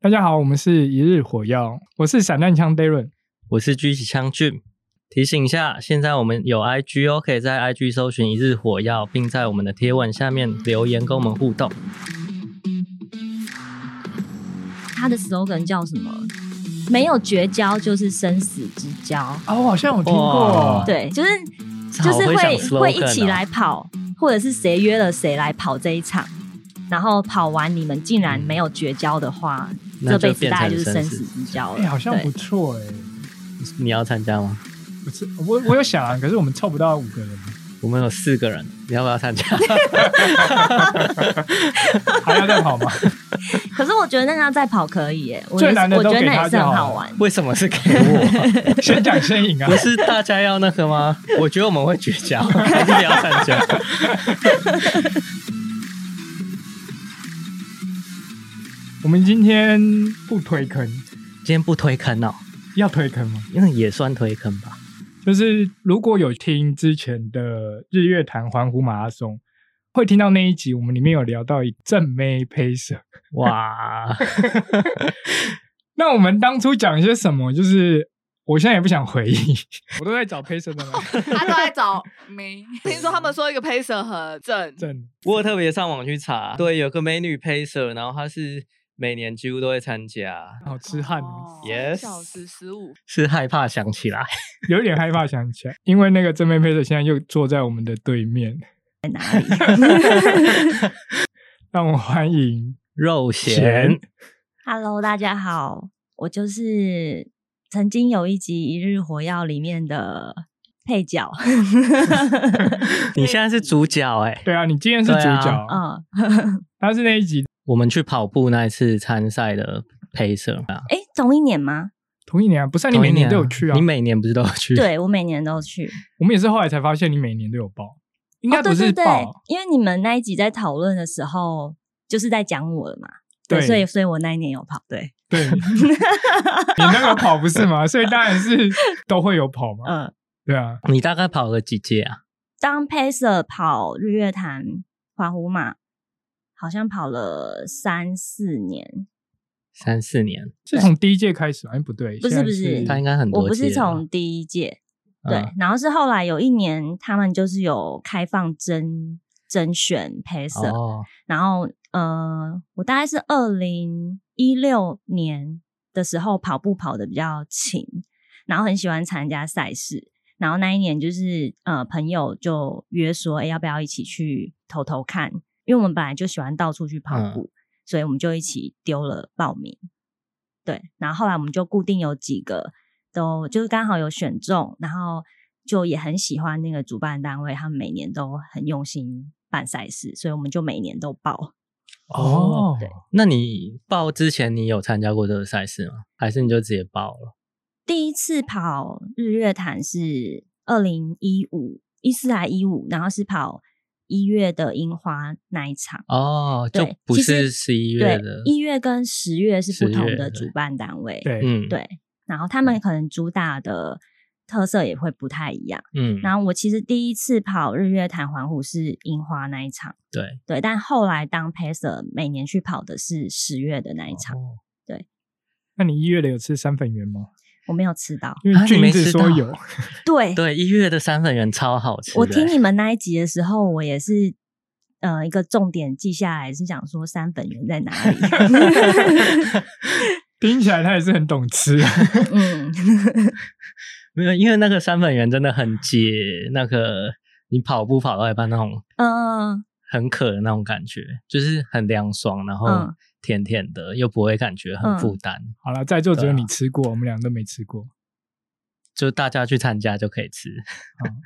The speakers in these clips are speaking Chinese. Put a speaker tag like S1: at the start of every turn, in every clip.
S1: 大家好，我们是一日火药，我是散弹枪 Darren。
S2: 我是狙击枪 Jim。提醒一下，现在我们有 IG 哦，可以在 IG 搜寻“一日火药”，并在我们的贴文下面留言跟我们互动。
S3: 他的 slogan 叫什么？没有绝交就是生死之交。
S1: 哦，我好像有听
S2: 哇
S1: 过，
S3: 对，就是就
S2: 好
S3: 是
S2: 会想
S3: 会
S2: slogan
S3: 会一起
S2: 哦
S3: 来跑，或者是谁约了谁来跑这一场，然后跑完你们竟然没有绝交的话，
S2: 那
S3: 这
S2: 就
S3: 辈子
S2: 变
S3: 大概
S2: 成
S3: 就是生
S2: 生
S3: 死
S2: 死
S3: 之交了。
S1: 哎，好像
S3: 对
S1: 不错哎，
S2: 你要参加吗？
S1: 不是我我有想啊，可是我们凑不到五个 人，
S2: 我们有四个人，你要不要参加？
S1: 还要再跑 吗？
S3: 可是我觉得那个再跑可以耶，我觉
S1: 最
S3: 得
S1: 难的
S3: 我觉
S1: 都
S3: 得
S1: 给
S3: 那
S1: 他
S3: 也是
S1: 就好
S3: 很
S1: 了
S3: 好玩。
S2: 为什么是给我？
S1: 先讲先赢啊
S2: 不！是大家要那个吗？我觉得我们会绝交，还是不要参加？
S1: 我们今天不推坑，
S2: 今天不推坑哦，
S1: 要推坑吗？
S2: 因为也算推坑吧。
S1: 就是如果有听之前的日月潭环湖马拉松，会听到那一集，我们里面有聊到一正妹配色。
S2: 哇，
S1: 那我们当初讲一些什么？就是我现在也不想回忆， 我都在找配色的嘛。
S4: 他都在找 没。听说他们说一个 pacer 很正，
S1: 正
S2: 我有特别上网去查，对，有个美女 pacer，然后她是每年几乎都会参加，
S1: 好痴汉哦，
S2: Yes
S4: 小时十五，
S2: 是害怕想起来。
S1: 有点害怕想起来，因为那个正妹配色现在又坐在我们的对面，在哪里？ 让我欢迎
S2: 肉
S1: 咸
S2: 咸，
S3: Hello，大家好，我就是曾经有一集《一日火药》里面的 配角，
S2: 你现在是主角哎、
S1: 对啊，你今天是主
S2: 对啊
S1: 角，
S3: 嗯，
S1: 他是那一集
S2: 我们去跑步那一次参赛的 pacer 啊，
S3: 哎，同一年吗？
S1: 同一年啊，不是啊、你
S2: 同
S1: 每
S2: 一
S1: 年
S2: 年
S1: 都有去啊？
S2: 你每年不是都有去？，
S3: 对我每年都去，
S1: 我们也是后来才发现你每年都有报，应该
S3: 哦，
S1: 不
S3: 对
S1: 是
S3: 对对
S1: 报，，
S3: 因为你们那一集在讨论的时候，就是在讲我了嘛，
S1: 对
S3: 所以所以我那一年有跑，对，
S1: 对你那个跑不是吗？所以当然是都会有跑嘛。
S3: 嗯，
S1: 对啊，
S2: 你大概跑了几届啊？
S3: 当 pacer 跑日月潭环湖马，好像跑了三四年，
S2: 三四年，
S1: 是从第一届开始吗？哎，不对，
S3: 不是
S1: 现在
S3: 不是
S2: 他应该很多
S3: 我不是
S2: 届了吧
S3: 从第一届，
S2: 嗯
S3: 对，然后是后来有一年他们就是有开放甄甄选 pacer，、
S2: 哦，
S3: 然后呃，我大概是二零一六年的时候跑步跑的比较勤，然后很喜欢参加赛事。然后那一年就是呃，朋友就约说，哎，要不要一起去偷偷看？因为我们本来就喜欢到处去跑
S2: 嗯
S3: 步，所以我们就一起丢了报名。对，然后后来我们就固定有几个都就是刚好有选中，然后就也很喜欢那个主办单位，他们每年都很用心办赛事，所以我们就每年都报。
S1: 哦，
S3: 对
S2: 那你报之前你有参加过这个赛事吗？还是你就直接报了？
S3: 第一次跑日月潭是二零一五一四还一五，然后是跑一月的樱花那一场。
S2: 哦，就
S3: 对，
S2: 不
S3: 其实
S2: 是十一月
S3: 对
S2: 的，
S3: 一月跟十月是不
S2: 10
S3: 同
S2: 月
S3: 的
S2: 对
S3: 主办单位。
S1: 对
S2: 嗯
S3: 对，然后他们可能主打的特色也会不太一样。
S2: 嗯，
S3: 然后我其实第一次跑日月潭环湖是樱花那一场，
S2: 对
S3: 对，但后来当 pacer 每年去跑的是十月的那一场，
S2: 哦
S1: 那你一月的有吃三粉圆吗？
S3: 我没有吃到。
S1: 因为
S2: 啊你
S1: 君
S2: 没
S1: 子
S2: 吃
S1: 说
S2: 到
S1: 有，
S3: 对，
S2: 对，一月的三粉圆超好吃的欸。
S3: 我听你们那一集的时候，我也是呃一个重点记下来，是想说三本源在哪里。
S1: 听起来他也是很懂吃。
S3: 嗯，
S2: 没有，因为那个三粉圆真的很解那个你跑步跑到一半那种
S3: 嗯
S2: 很渴的那种感觉，就是很凉爽，然后
S3: 嗯
S2: 甜甜的，又不会感觉很负担。
S1: 好了，在座只有
S2: 对啊
S1: 你吃过，我们俩都没吃过。
S2: 就大家去参加就可以吃。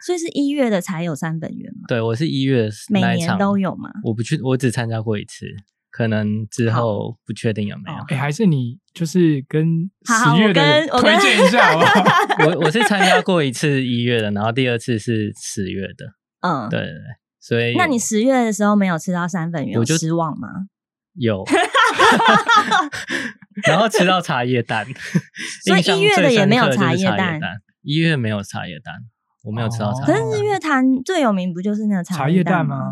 S3: 所以是一月的才有三本源嘛，
S2: 对我是一月
S3: 每
S2: 那一
S3: 年
S2: 场
S3: 都，有嘛。
S2: 我不去，我只参加过一次，可能之后不确定有没
S3: 哦
S2: 有。
S1: 哎，还是你就是跟
S3: 好好
S1: 十月的
S3: 我跟我
S1: 推
S3: 跟
S1: 荐一下好不好？
S2: 我我是参加过一次一月的，然后第二次是十月的。
S3: 嗯，
S2: 对。对对，所以
S3: 那你十月的时候没有吃到三本源，
S2: 我
S3: 有
S2: 就
S3: 失望吗？
S2: 有。然后吃到茶叶蛋，
S3: 所以
S2: 印象
S3: 一月的
S2: 最
S3: 也没有
S2: 深刻就是
S3: 茶
S2: 茶
S3: 叶蛋哦
S2: 蛋，一月没有茶叶蛋，我没有吃到茶叶
S3: 可
S2: 蛋。
S3: 是日月潭最有名不就是那个
S1: 茶叶
S3: 叶
S1: 蛋
S3: 吗？
S1: 吗？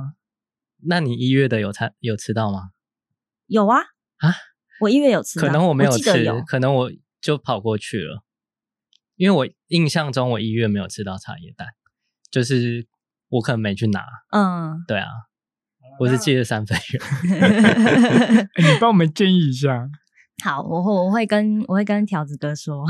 S2: 那你一月的有餐有吃到吗？
S3: 有啊，
S2: 啊，
S3: 我一月有吃到，
S2: 可能我没有
S3: 记得
S2: 吃
S3: 有，
S2: 可能我就跑过去了，因为我印象中我一月没有吃到茶叶蛋，就是我可能没去拿。
S3: 嗯，
S2: 对啊，我只记得三分元。
S1: 哎你帮我们建议一下，
S3: 好，我会我会跟我会跟条子哥说，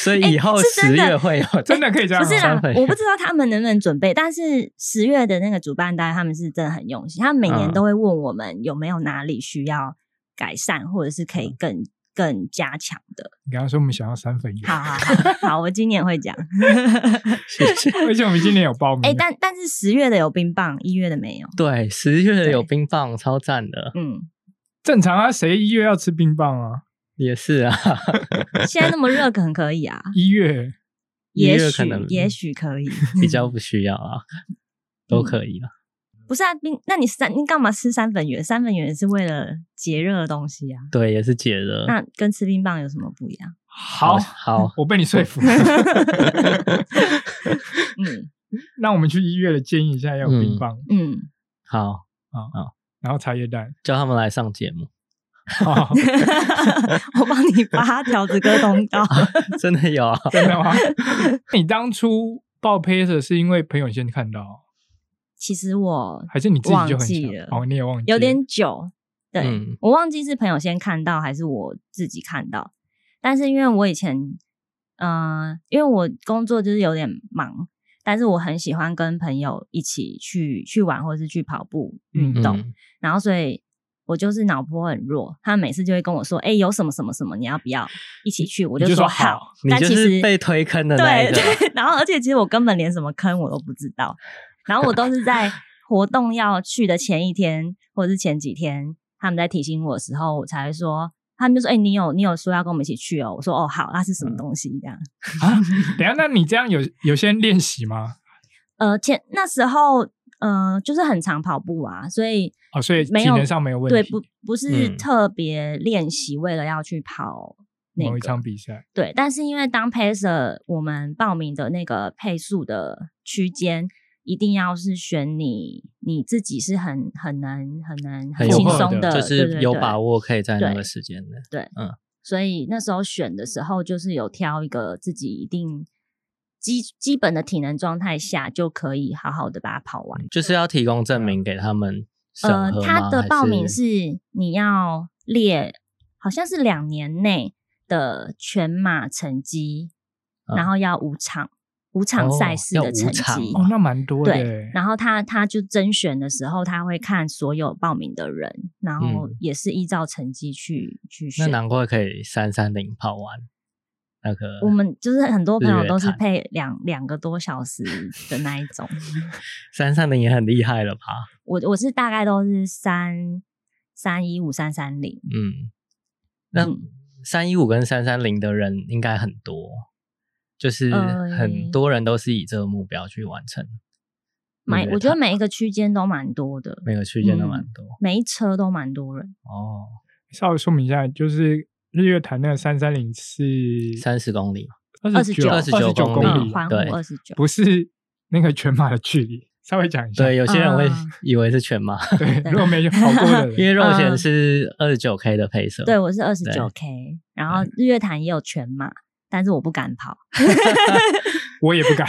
S2: 所以以后
S3: 哎是
S2: 十
S3: 真的
S2: 月会有
S1: 真的可以这样
S3: 不
S1: 吗？
S3: 是啦
S2: 三分，
S3: 我不知道他们能不能准备，但是十月的那个主办单位，他们是真的很用心，他们每年
S2: 嗯
S3: 都会问我们有没有哪里需要改善，或者是可
S2: 嗯
S3: 以更更加强的。
S1: 你刚刚说我们想要三分一，
S3: 好好好， 好，我今年会讲。
S2: 嗯谢谢。
S1: 而且我们今年有报名，啊
S3: 哎、但但是十月的有冰棒，一月的没有。
S2: 对，十月有
S3: 对
S2: 冰棒，超赞的，
S3: 嗯，
S1: 正常啊，谁一月要吃冰棒啊？
S2: 也是啊。
S3: 现在那么热，可能可 以啊，
S1: 一月
S2: 一
S3: 也
S2: 月
S3: 许
S2: 可能
S3: 也许可 以。嗯
S2: 比较不需要啊，都可以啊。
S3: 不是啊，冰，那你三你干嘛吃三粉圆？三粉圆是为了解热的东西啊，
S2: 对，也是解热。
S3: 那跟吃冰棒有什么不一样？
S1: 好，
S2: 好，
S1: 我被你说服 了。
S3: 嗯
S1: 那我们去一月的建议一下，要有冰棒，
S3: 嗯，
S2: 好，
S1: 然后茶叶蛋。哦
S2: 叫他们来上节目，
S1: 好，
S3: 我帮你发条子哥通告。
S2: 真的 有啊。
S1: 真的吗？ 你当初报 Pacer 是因为朋友先看到，
S3: 其实我
S1: 还是你自己就很
S3: 忘记
S1: 想
S3: 了
S1: 哦，你也忘记了，
S3: 有点久，对、
S2: 嗯
S3: 我忘记是朋友先看到还是我自己看到，但是因为我以前，嗯，因为我工作就是有点忙，但是我很喜欢跟朋友一起去去玩或是去跑步运动，
S2: 嗯，
S3: 然后所以。我就是脑波很弱，他每次就会跟我说：“哎、有什么什么什么，你要不要一起去？”我
S1: 你就
S3: 说
S1: 说好
S3: 好
S2: 你
S3: 但
S2: 就
S3: 其
S2: 是
S3: 实
S2: 被推坑的那一
S3: 对
S2: 个。
S3: 对， 然后而且其实我根本连什么坑我都不知道，然后我都是 在活动要去的前一天或者是前几天，他们在提醒我的时候，我才会说，他们就说：“哎、你有你有说要跟我们一起去哦。”我说：“哦，好，那是什
S1: 嗯
S3: 么东西？”这样。
S1: 啊。等一下，那你这样有有先练习吗？
S3: 呃，前那时候，呃，就是很常跑步啊，所以
S1: 哦，所以
S3: 没
S1: 体
S3: 有
S1: 能上没有问
S3: 对
S1: 题。
S3: 不不是
S2: 嗯
S3: 特别练习，为了要去跑那
S1: 某一
S3: 个
S1: 场比赛，
S3: 对，但是因为当 pacer，我们报名的那个配速的区间，一定要是选你你自己是很很能很能
S2: 很
S3: 很
S2: 有
S3: 轻
S2: 把握
S3: 松
S1: 的
S2: 就
S3: 的，
S2: 是有把
S3: 握。
S2: 握嗯可以在那个
S3: 对
S2: 时间内。
S3: 所以那时候选的时候，就是有挑一个自己一定基基本的体能状态下，就可以好好的把它跑完。
S2: 就是要提供证明给他们审
S3: 嗯呃
S2: 核，吗
S3: 它的报名
S2: 还
S3: 是你要列，好像是两年内的全马成绩，
S2: 嗯
S3: 然后要五场五场
S2: 哦
S3: 赛事
S2: 要
S3: 的
S2: 五
S3: 成
S2: 场
S3: 绩。
S1: 哦，那蛮多的
S3: 对
S1: 耶。，
S3: 然后他他就甄选的时候，他会看所有报名的人，然后
S2: 嗯
S3: 也是依照成绩去、去
S2: 那
S3: 选。
S2: 难怪可以三三零跑完那个。
S3: 我们就是很多朋友都
S2: 日
S3: 是
S2: 月潭
S3: 配两两个多小时的那一种，
S2: 三三零也很厉害了吧？
S3: 我我是大概都是三三一五三三零，
S2: 嗯，那
S3: 嗯
S2: 三一五跟三三零的人应该很多，就是
S3: 呃
S2: 很多人都是以这个目标去完成。
S3: 每
S2: 日月
S3: 我觉得
S2: 潭
S3: 每一个区间都蛮多的，
S2: 每个区间都蛮
S3: 嗯
S2: 多、
S3: 每一车都蛮多人，
S2: 哦，
S1: 稍微说明一下，就是日月潭那个三三零是
S2: 三十公里，
S1: 二十
S3: 29
S1: 二
S2: 29
S1: 九
S2: 公
S1: 公
S2: 里
S1: 里，
S3: 环湖
S2: 对
S3: 嗯二十九，
S1: 不是那个全马的距离。稍微讲一下，
S2: 对，有些人会
S3: 啊
S2: 以为是全马，
S1: 对，
S3: 对
S1: 如果没有跑过的人，
S2: 因为肉
S3: 嗯
S2: 显是二十九 K 的配色，
S3: 对，我是二十
S2: 对
S3: 九 K，然后日月潭也有全马，但是我不 敢跑，
S1: 我也不敢。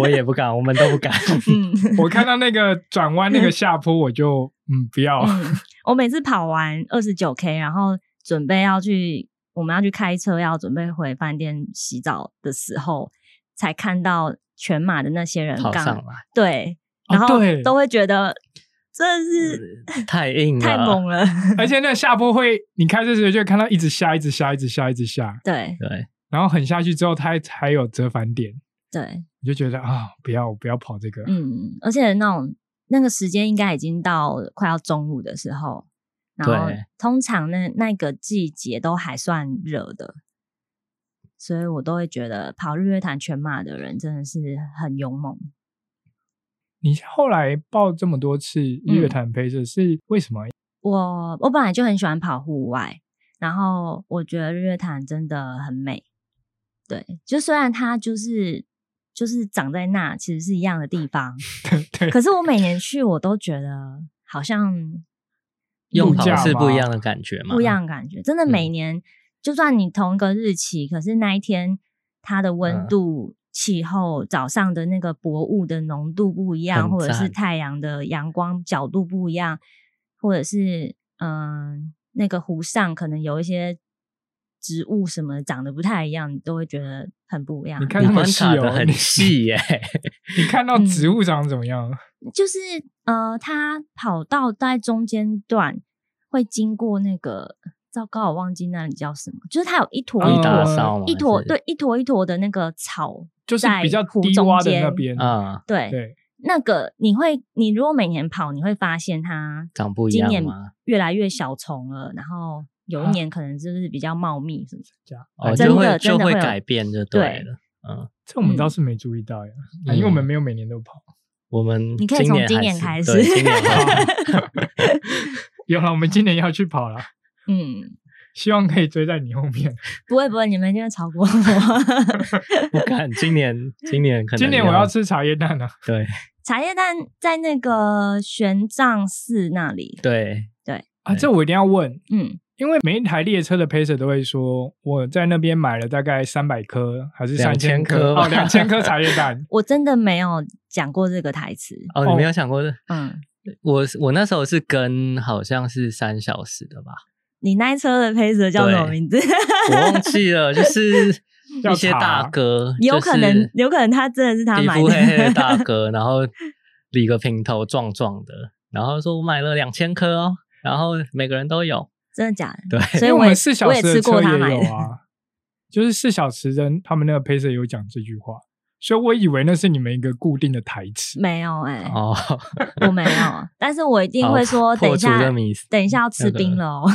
S2: 我也不敢，我们都不敢。
S3: 嗯。
S1: 我看到那个转弯那个下坡，我就嗯不要。
S3: 嗯，我每次跑完二十九 K，然后准备要去，我们要去开车，要准备回饭店洗澡的时候，才看到全马的那些人
S2: 跑上
S3: 刚
S2: 来
S3: 对，
S1: 哦
S3: 然后
S1: 对
S3: 都会觉得真的是
S2: 呃太硬了，
S3: 太猛了，
S1: 而且那个下坡会，你开车的时候就会看到一直下，一直下，一直下，一直下，
S3: 对
S2: 对，
S1: 然后很下去之后，它还有折返点，
S3: 对，
S1: 你就觉得啊，不要不要跑这个。
S3: 嗯，而且那种那个时间应该已经到快要中午的时候。然后
S2: 对
S3: 通常那那个季节都还算热的，所以我都会觉得跑日月潭全马的人真的是很勇猛。
S1: 你后来报这么多次日月潭配色是为什么？
S3: 我我本来就很喜欢跑户外，然后我觉得日月潭真的很美。对，就虽然它就是就是长在那，其实是一 样的地方，
S1: 对，
S3: 可是我每年去我都觉得好像
S2: 用
S1: 度
S2: 跑
S1: 假
S2: 是不一
S1: 吗
S2: 样的感觉嘛？嗯
S3: 不一样的感觉。真的每年，就算你同一个日期，可是那一天它的温
S2: 嗯
S3: 度、气候、早上的那个薄雾的浓度不一样，
S2: 很
S3: 或者是
S2: 赞
S3: 太阳的阳光角度不一样，或者是嗯、那个湖上可能有一些植物什么长得不太一样，你都会觉得很不一样。
S1: 你看
S2: 你
S1: 那么
S2: 观
S1: 细
S2: 察的
S1: 哦，
S2: 很
S1: 你
S2: 细耶、
S1: 你看到植物长怎么样？
S3: 就是呃，它跑道在中间段会经过那个，糟糕，我忘记那里叫什么，就是它有一坨
S1: 嗯
S3: 一
S2: 一打
S3: 坨
S2: 扫嘛，
S3: 一坨
S2: 还是
S3: 对一坨一坨的那个草，
S1: 就是
S3: 在
S1: 比较
S3: 湖
S1: 低
S3: 中
S1: 洼的
S3: 间
S1: 那边，
S2: 啊、
S3: 对，
S1: 对，
S3: 那个你会，你如果每年跑，你会发现它
S2: 长不一
S3: 今
S2: 样
S3: 年
S2: 吗？
S3: 越来越小虫了，然后
S1: 啊
S3: 有一年可能就是比较茂密什么的。
S1: 这样。
S2: 哦，
S3: 真
S2: 就会
S3: 的真
S2: 就
S3: 的
S2: 会
S3: 会有
S2: 改变就
S3: 对
S2: 了。嗯，
S1: 这我们倒是没注意到呀，啊因为我
S3: 嗯
S1: 们没有每年都跑。
S2: 我们
S3: 你可以从今年
S2: 还
S3: 开
S2: 是
S3: 始
S2: 对今年还 是
S1: 有了，我们今年要去跑了，
S3: 嗯，
S1: 希望可以追在你后面。
S3: 不会不会，你们一定会超 过我。
S2: 哦不敢，今年今年可能
S1: 今年我要吃茶叶蛋了，啊
S2: 对
S3: 茶叶蛋在那个玄奘寺那里，
S2: 对
S1: 啊，
S3: 哎
S2: 对
S1: 这我一定要问，
S3: 嗯，。
S1: 因为每一台列车的 pacer 都会说，我在那边买了大概三百颗还是三
S2: 2000颗
S1: 颗哦，
S2: 吧
S1: 两千颗茶叶蛋
S3: 我真的没有讲过这个台词。
S2: 哦，
S1: 哦
S2: 你没有想过是
S3: 嗯，
S2: 我我那时候是跟好像是三小时的吧，
S3: 你那一车的配色叫什么
S2: 对
S3: 名字？
S2: 我忘记了，就是
S1: 要
S2: 一些大
S1: 查
S2: 哥，
S3: 有
S2: 就
S3: 可能
S2: 是
S3: 有可能他真的是他
S2: 皮
S3: 买
S2: 肤
S3: 的
S2: 黑黑 的大哥，然后理个平头，壮壮的，然后说我买了两千颗哦，然后每个人都有，
S3: 真的假的？
S2: 对，
S3: 所
S1: 因
S3: 以
S1: 为我
S3: 我也
S1: 们四小
S3: 我
S1: 时
S3: 也
S1: 的
S3: 吃
S1: 车
S3: 过他
S1: 也
S3: 买的
S1: 有啊，就是四小时的他们那个 pacer 有讲这句话，所以我以为那是你们一个固定的台词。
S3: 没有哎、
S2: 哦，
S3: 我没有，但是我一定会说，
S2: 好
S3: 等一
S2: 破除
S3: 下
S2: 这迷思，
S3: 等一下要
S2: 那
S3: 吃
S2: 个
S3: 冰了哦。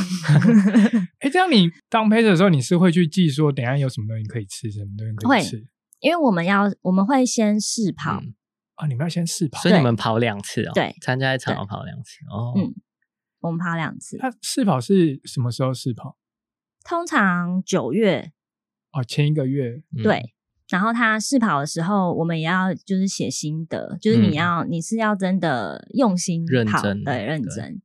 S1: 哎，这样你当 pacer 的时候，你是会去记说，等一下有什么东西可以吃，什么东西可
S3: 会
S1: 以吃
S3: 因为我们要我们会先试跑，
S2: 嗯
S1: 啊？你们要先试跑，
S2: 所以你
S3: 对
S2: 们跑两次哦，
S3: 对
S2: 参加一场
S3: 对
S2: 要跑两次哦，
S3: 嗯我们跑两次，
S1: 那试跑是什么时候试跑？
S3: 通常九月
S1: 哦，前一个月
S2: 嗯，
S3: 对。然后他试跑的时候，我们也要就是写心得，就是
S2: 嗯
S3: 你要、你是要真的用心
S2: 认
S3: 跑，
S2: 真
S3: 对，认
S2: 对
S3: 真。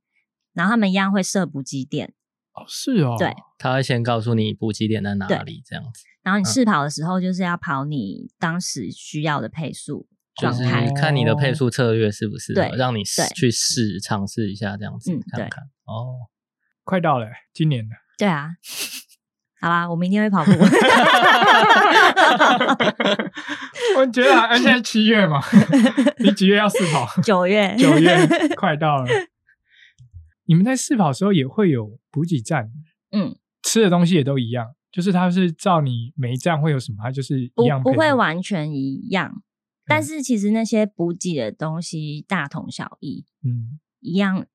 S3: 然后他们一样会设补给点，
S1: 哦，是哦，
S3: 对
S2: 他会先告诉你补给点在哪
S3: 对
S2: 里，这样子，
S3: 然后
S2: 嗯
S3: 你试跑的时候就是要跑你当时需要的配速
S2: 就
S3: 状
S2: 是
S3: 态，哦
S2: 看你的配速策略是不是哦
S3: 对
S2: 让你试
S3: 对
S2: 去试尝试一下这样子
S3: 嗯
S2: 看
S3: 对
S2: 看哦。
S1: 快到了，欸今年了。
S3: 对啊， 好啦，我明天 会跑步。
S1: 我觉得啊，啊现在七月 嘛，你几月要试跑？
S3: 九月，
S1: 九月快到了。你们在试跑的时候也会有补给站，
S3: 嗯，
S1: 吃的东西也都一样，就是它是照你每一站会有什么，它就是一
S3: 不
S1: 样
S3: 不
S1: 配
S3: 会
S1: 合嗯
S3: 完全一样，但是其实那些补给的东西大同小异，
S1: 嗯，
S3: 一样。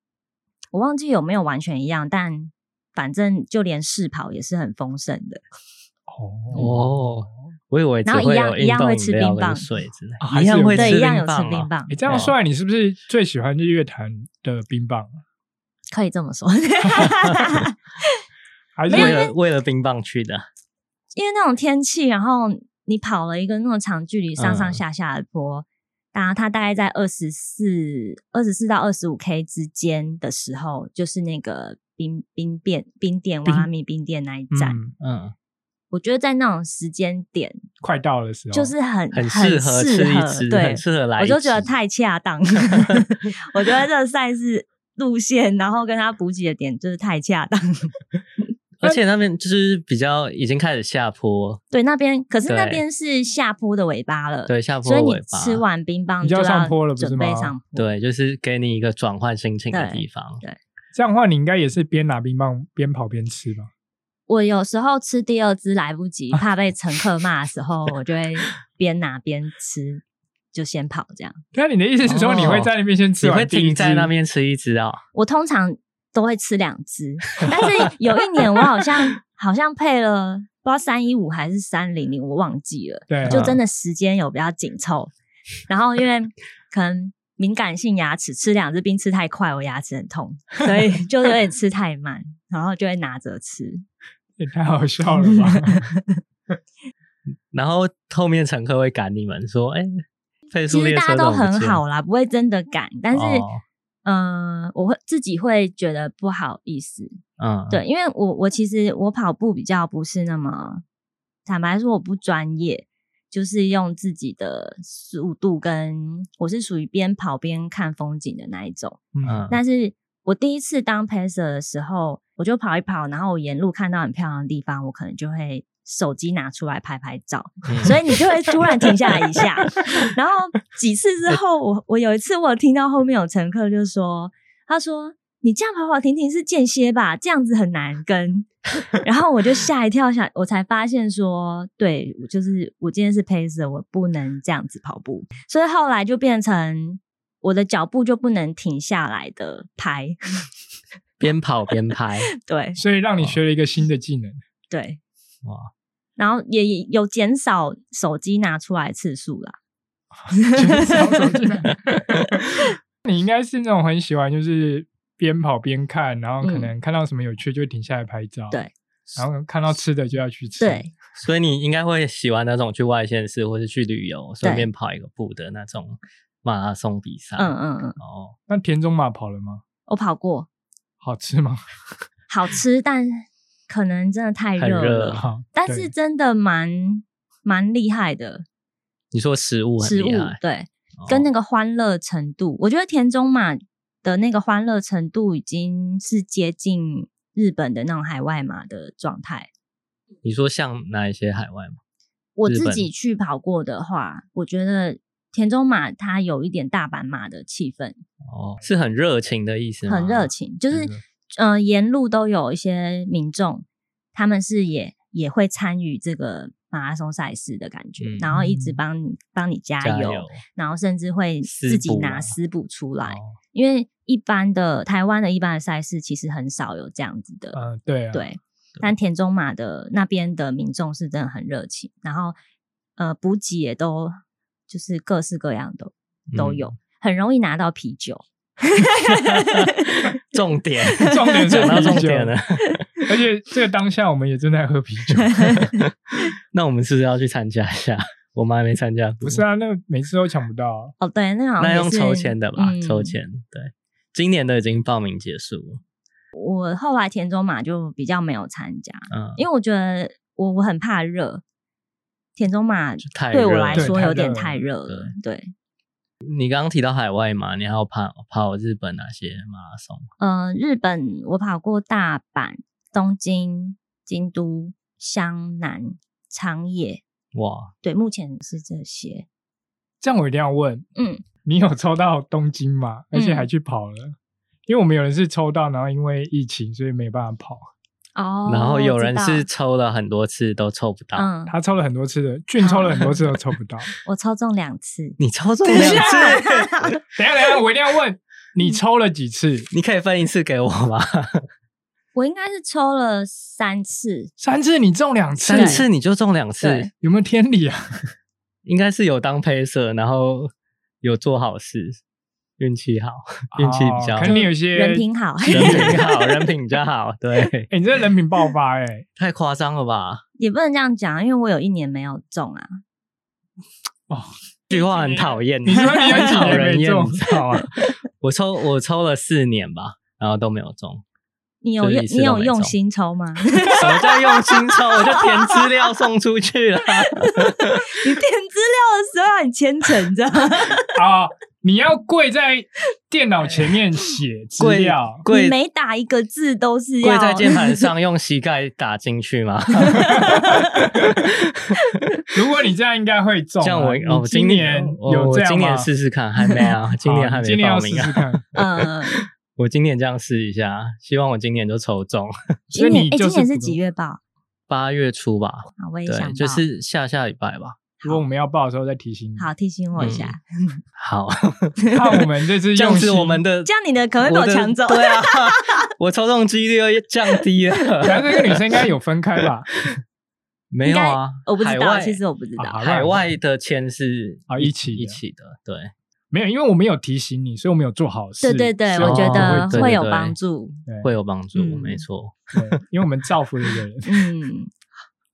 S3: 我忘记有没有完全一样，但反正就连试跑也是很丰盛的。嗯
S1: 哦，
S2: 哦，我以为只
S3: 然后一
S2: 会
S3: 样
S2: 有
S3: 一
S2: 运
S3: 样
S2: 动
S3: 会
S2: 饮
S3: 吃
S2: 料
S3: 冰
S2: 跟
S3: 棒
S2: 水之类
S1: 啊，还
S2: 一
S1: 是
S2: 样
S1: 有
S2: 会
S1: 冰啊
S3: 对，
S2: 吃
S3: 一样有吃
S2: 棒
S3: 冰
S2: 哦。
S3: 棒
S1: 你，这样说来，你是不是最喜欢日月潭的冰棒？啊
S3: 可以这么说。
S1: 还是
S2: 为了为了冰棒去的，
S3: 因为那种天气，然后你跑了一个那种长距离上上
S2: 嗯
S3: 下下的坡，然后它大概在二十四、二十四到二十五 K 之间的时候，就是那个冰冰店、冰店、
S1: 冰
S3: 瓦拉米冰店那一站。
S1: 嗯，
S2: 嗯，
S3: 我觉得在那种时间点，
S1: 快到的时候，
S3: 就是很
S2: 很适
S3: 适
S2: 合吃一吃，
S3: 对
S2: 很，适合来一
S3: 我
S2: 吃。
S3: 就觉得太恰当。 我觉得这个赛事路线，然后跟它补给的点就是太恰当。
S2: 而且那边就是比较已经开始下坡，
S3: 对，那边可是那
S2: 对
S3: 边是下坡的尾巴了，
S2: 对下
S3: 所
S2: 坡
S3: 以你
S2: 尾巴，
S3: 吃完冰棒
S1: 你就
S3: 就
S1: 要上坡了不是
S3: 准备
S1: 吗
S3: 上坡。
S2: 对，就是给你一个转换心情的
S3: 对
S2: 地方。
S1: 这样的话，你应该也是边拿冰棒边跑边吃吧？
S3: 我有时候吃第二只来不 及，怕被乘客骂的时候，我就会边拿边吃，就先跑这样。
S1: 对啊，你的意思是说
S2: 哦
S1: 你会在那边先吃
S2: 你
S1: 完，
S2: 会停在那，边吃一只哦，
S3: 我通常都会吃两只，但是有一年我好像好像配了不知道三一五还是三零零，我忘记了，
S2: 嗯
S1: 对，啊
S3: 就真的时间有比较紧凑，然后因为可能。敏感性牙齿吃两只冰吃太快，我牙齿很痛，所以就有点吃太慢，然后就会拿着吃。
S1: 也太好笑了 吧？
S2: 然后后面乘客会赶你们说：“哎，配
S3: 其
S2: 速
S3: 实
S2: 列
S3: 大家
S2: 车
S3: 都
S2: 怎么不
S3: 很
S2: 见
S3: 好啦，不会真的赶，但是
S2: 哦
S3: 嗯、我会自己会觉得不好意思，
S2: 嗯，
S3: 对，因为我我其实我跑步比较不是那么，坦白说我不专业，就是用自己的速度跟我是属于边跑边看风景的那一种。
S2: 嗯，
S3: 但是我第一次当 pacer 的时候，我就跑一跑，然后我沿路看到很漂亮的地方，我可能就会手机拿出来拍拍照，
S2: 嗯
S3: 所以你就会突然停下来一下。然后几次之后，我我有一次我有听到后面有乘客就说，他说。你这样跑跑停停是间歇吧？这样子很难跟，然后我就吓一跳，想我才发现说，对，我就是我今天是 pacer，我不能这样子跑步，所以后来就变成我的脚步就不能停下来的拍，
S2: 边跑边拍，
S3: 对
S1: 所以让你学了一个新的技 能。
S3: 对，
S2: 哇，
S3: 然后也也有减少手机拿出来次数啦。
S1: 减少手机 拿你应该是那种很喜欢，就是边跑边看，然后可
S2: 嗯
S1: 能看到什么有趣就停下来拍照。
S3: 对。
S1: 然后看到吃的就要去吃。
S3: 对，
S2: 所以你应该会喜欢那种去外县市或是去旅游，顺便跑一个步的那种马拉松比赛。
S3: 嗯嗯嗯，
S2: 哦，
S1: 那田中马跑了吗？
S3: 我跑过，
S1: 好吃吗？
S3: 好吃，但可能真的太
S2: 很
S3: 热
S2: 热
S3: 了，
S1: 好，
S3: 但是
S1: 对
S3: 真的蛮蛮厉害的
S2: 你说食物很
S3: 食物
S2: 厉害，，
S3: 对，
S2: 哦
S3: 跟那个欢乐程度，我觉得田中马的那个欢乐程度已经是接近日本的那种海外马的状态。
S2: 哦你说像哪一些海外吗？
S3: 我
S2: 日
S3: 自
S2: 本
S3: 己去跑过的话，我觉得田中马它有一点大阪马的气氛，
S2: 哦，是很热情的意思吗？
S3: 很热，情，就是
S2: 真的
S3: 嗯、呃沿路都有一些民众，他们是也也会参与这个马拉松赛事的感觉，
S2: 嗯
S3: 然后一直帮你帮你加
S2: 加
S3: 油，
S2: 油！
S3: 然后甚至会
S2: 私
S3: 自己
S2: 补
S3: 拿
S2: 啊
S3: 私补出来，
S2: 哦
S3: 因为一般的台湾的一般的赛事其实很少有这样子的，
S1: 嗯，对啊，，
S3: 对，但田中马的那边的民众是真的很热情，然后呃补给也都就是各式各样的都
S2: 嗯
S3: 有，很容易拿到啤酒。
S2: 重点，
S1: 重点是
S2: 讲到
S1: 啤
S2: 重
S1: 酒
S2: 点了。
S1: 而且这个当下我们也正在喝啤酒。
S2: 那我们是不是要去参加一下？我们还没参加，
S1: 不是，啊，那每次都抢不到啊。
S3: 哦，对，那好像
S2: 那
S3: 也
S2: 用抽
S3: 是
S2: 签的吧？抽。
S3: 嗯
S2: 签，对，今年都已经报名结束了。
S3: 我后来田中马就比较没有参加，
S2: 嗯，
S3: 因为我觉得我我很怕热，田中马
S2: 就太
S3: 对我
S2: 热
S3: 来
S2: 了
S3: 说
S1: 对
S3: 有
S1: 太
S3: 点
S1: 热
S3: 太
S1: 了
S3: 热了。对，
S2: 你刚刚提到海外嘛，你还有跑跑日本哪些马拉松？
S3: 嗯，日本我跑过大阪、东京、京都、湘南、长野，
S2: 哇，
S3: 对，目前是这些。
S1: 这样我一定要问，
S3: 嗯，
S1: 你有抽到东京吗？
S2: 嗯
S1: 而且还去跑了，因为我们有人是抽到，然后因为疫情，所以没办法跑。
S3: 哦
S2: 然后有人是
S3: 知
S2: 抽了很多次都抽不
S3: 道
S2: 到，
S3: 嗯，
S1: 他抽了很多次的，俊抽了很多次都抽不 到。
S3: 我抽中两次，
S2: 你抽中两次，
S1: 等一下，等一下，我一定要问，你抽了几次？
S2: 你可以分一次给我吗？
S3: 我应该是抽了三次，
S1: 三次你中两次，
S2: 三次你就中两次
S3: 对，
S1: 有没有天理啊？
S2: 应该是有当配色，然后有做好事，运气 好，运气比较
S1: 哦
S2: 好，
S1: 可能你有些
S3: 人品好，
S2: 人品好，人品比较好，对，
S1: 哎、你这人品爆发哎、
S2: 太夸张了吧？
S3: 也不能这样讲，因为我有一年没有中啊。
S2: 这句话很讨厌，
S1: 你说你有
S2: 很啊
S1: 几
S2: 讨
S1: 年
S2: 人
S1: 没
S2: 厌，
S1: 中
S2: 你知 道吗？我抽我抽了四年吧，然后都没有中。
S3: 你有
S2: 就是
S3: 用
S2: 一次
S3: 你
S2: 都
S3: 有
S2: 没
S3: 用
S2: 中
S3: 心抽吗？
S2: 什么叫用心抽？我就填资料送出去了。
S3: 你 填资料的时候很虔诚，你 知道吗？
S1: 啊、你要跪在电脑前面写资
S2: 跪
S1: 料，
S3: 你
S2: 跪
S3: 每打一个字都是要
S2: 跪在键盘上用膝盖打进去吗？
S1: 如果你这样应该会中啊、
S2: 这样我哦，
S1: 你
S2: 我
S1: 今
S2: 今
S1: 年
S2: 我
S1: 有
S2: 我
S1: 这样吗？
S2: 今年试试看，还没 啊，今年
S1: 好
S2: 还
S1: 你
S2: 没
S1: 今年
S2: 报
S1: 要试
S2: 名
S1: 试
S2: 啊。
S1: 看。
S3: 呃，
S2: 我今年这样试一下，希望我今年就抽中，
S1: 所
S3: 今
S1: 以
S3: 年
S1: 你
S3: 哎，
S1: 就
S3: 今
S1: 是
S3: 年是
S1: 不
S3: 几月报啊？
S2: 八月初吧。
S3: 我也想
S2: 对，
S3: 报，
S2: 就是下下礼拜吧。
S1: 如果我们要报的时候再提醒你。
S3: 好提醒我一下，
S2: 嗯好，
S1: 那我们 这次
S2: 这样
S1: 用
S2: 子
S1: 心
S2: 我们的
S3: 这样你的可能会被
S2: 我的
S3: 抢走
S2: 对啊， 我抽中几率又降低了。
S1: 然后这个女生应该有分开 吧？
S2: 没有啊，
S3: 我不知
S2: 海
S3: 道，
S2: 外啊
S3: 其实我不知道
S1: 啊好。
S2: 海外的签是
S1: 啊一起的
S2: 一起的，对。
S1: 没有，因为我们有提醒你，所以我们有做好事。
S3: 对对对，
S1: 所以
S3: 我觉
S1: 不
S3: 得
S2: 哦对
S3: 会有
S2: 对
S3: 帮助。
S1: 对
S2: 会有帮助，
S3: 嗯
S2: 没错。
S1: 对，因为我们造福了一个人。
S3: 嗯，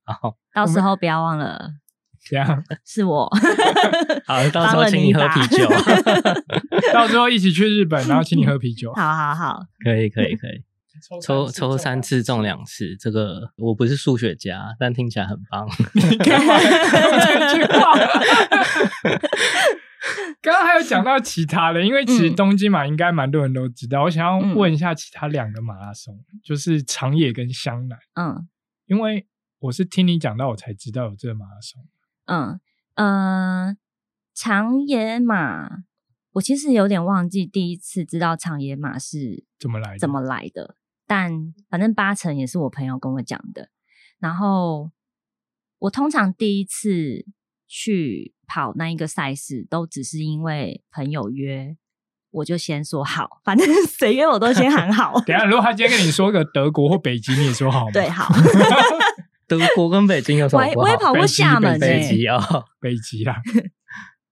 S2: 好，
S3: 到时候不要忘了
S1: 这样
S3: 是我。
S2: 好，到时
S3: 帮
S2: 候
S3: 了
S2: 请
S3: 你一
S2: 你喝
S3: 把
S2: 啤 酒，
S1: 到时候一起去日本，然后请你喝啤酒。
S3: 好好好，
S2: 可以可以可以，抽抽三，次中两次，这个我不是数学家，但听起来很棒。
S1: 你干 嘛用这句话？刚刚还有讲到其他的，因为其实
S3: 嗯
S1: 东京嘛，应该蛮多人都知道。我想要
S3: 嗯
S1: 问一下其他两个马拉松，就是长野跟湘南，
S3: 嗯
S1: 因为我是听你讲到，我才知道有这个马拉松。
S3: 嗯呃，长野马，我其实有点忘记第一次知道长野马是
S1: 怎么来的，
S3: 怎么来的，但反正八成也是我朋友跟我讲的。然后我通常第一次去跑那一个赛事，都只是因为朋友约，我就先说好，反正 谁约我都先喊 好
S1: 等一下，如果他今天跟你说个德国或北极，你也说好吗？
S3: 对，好。
S2: 德国跟北京有什么
S3: 我也
S2: 不好？
S3: 我也跑过
S2: 北极
S3: 厦
S2: 跟
S3: 门
S2: 北
S3: 欸
S2: 极哦，
S1: 北极啦，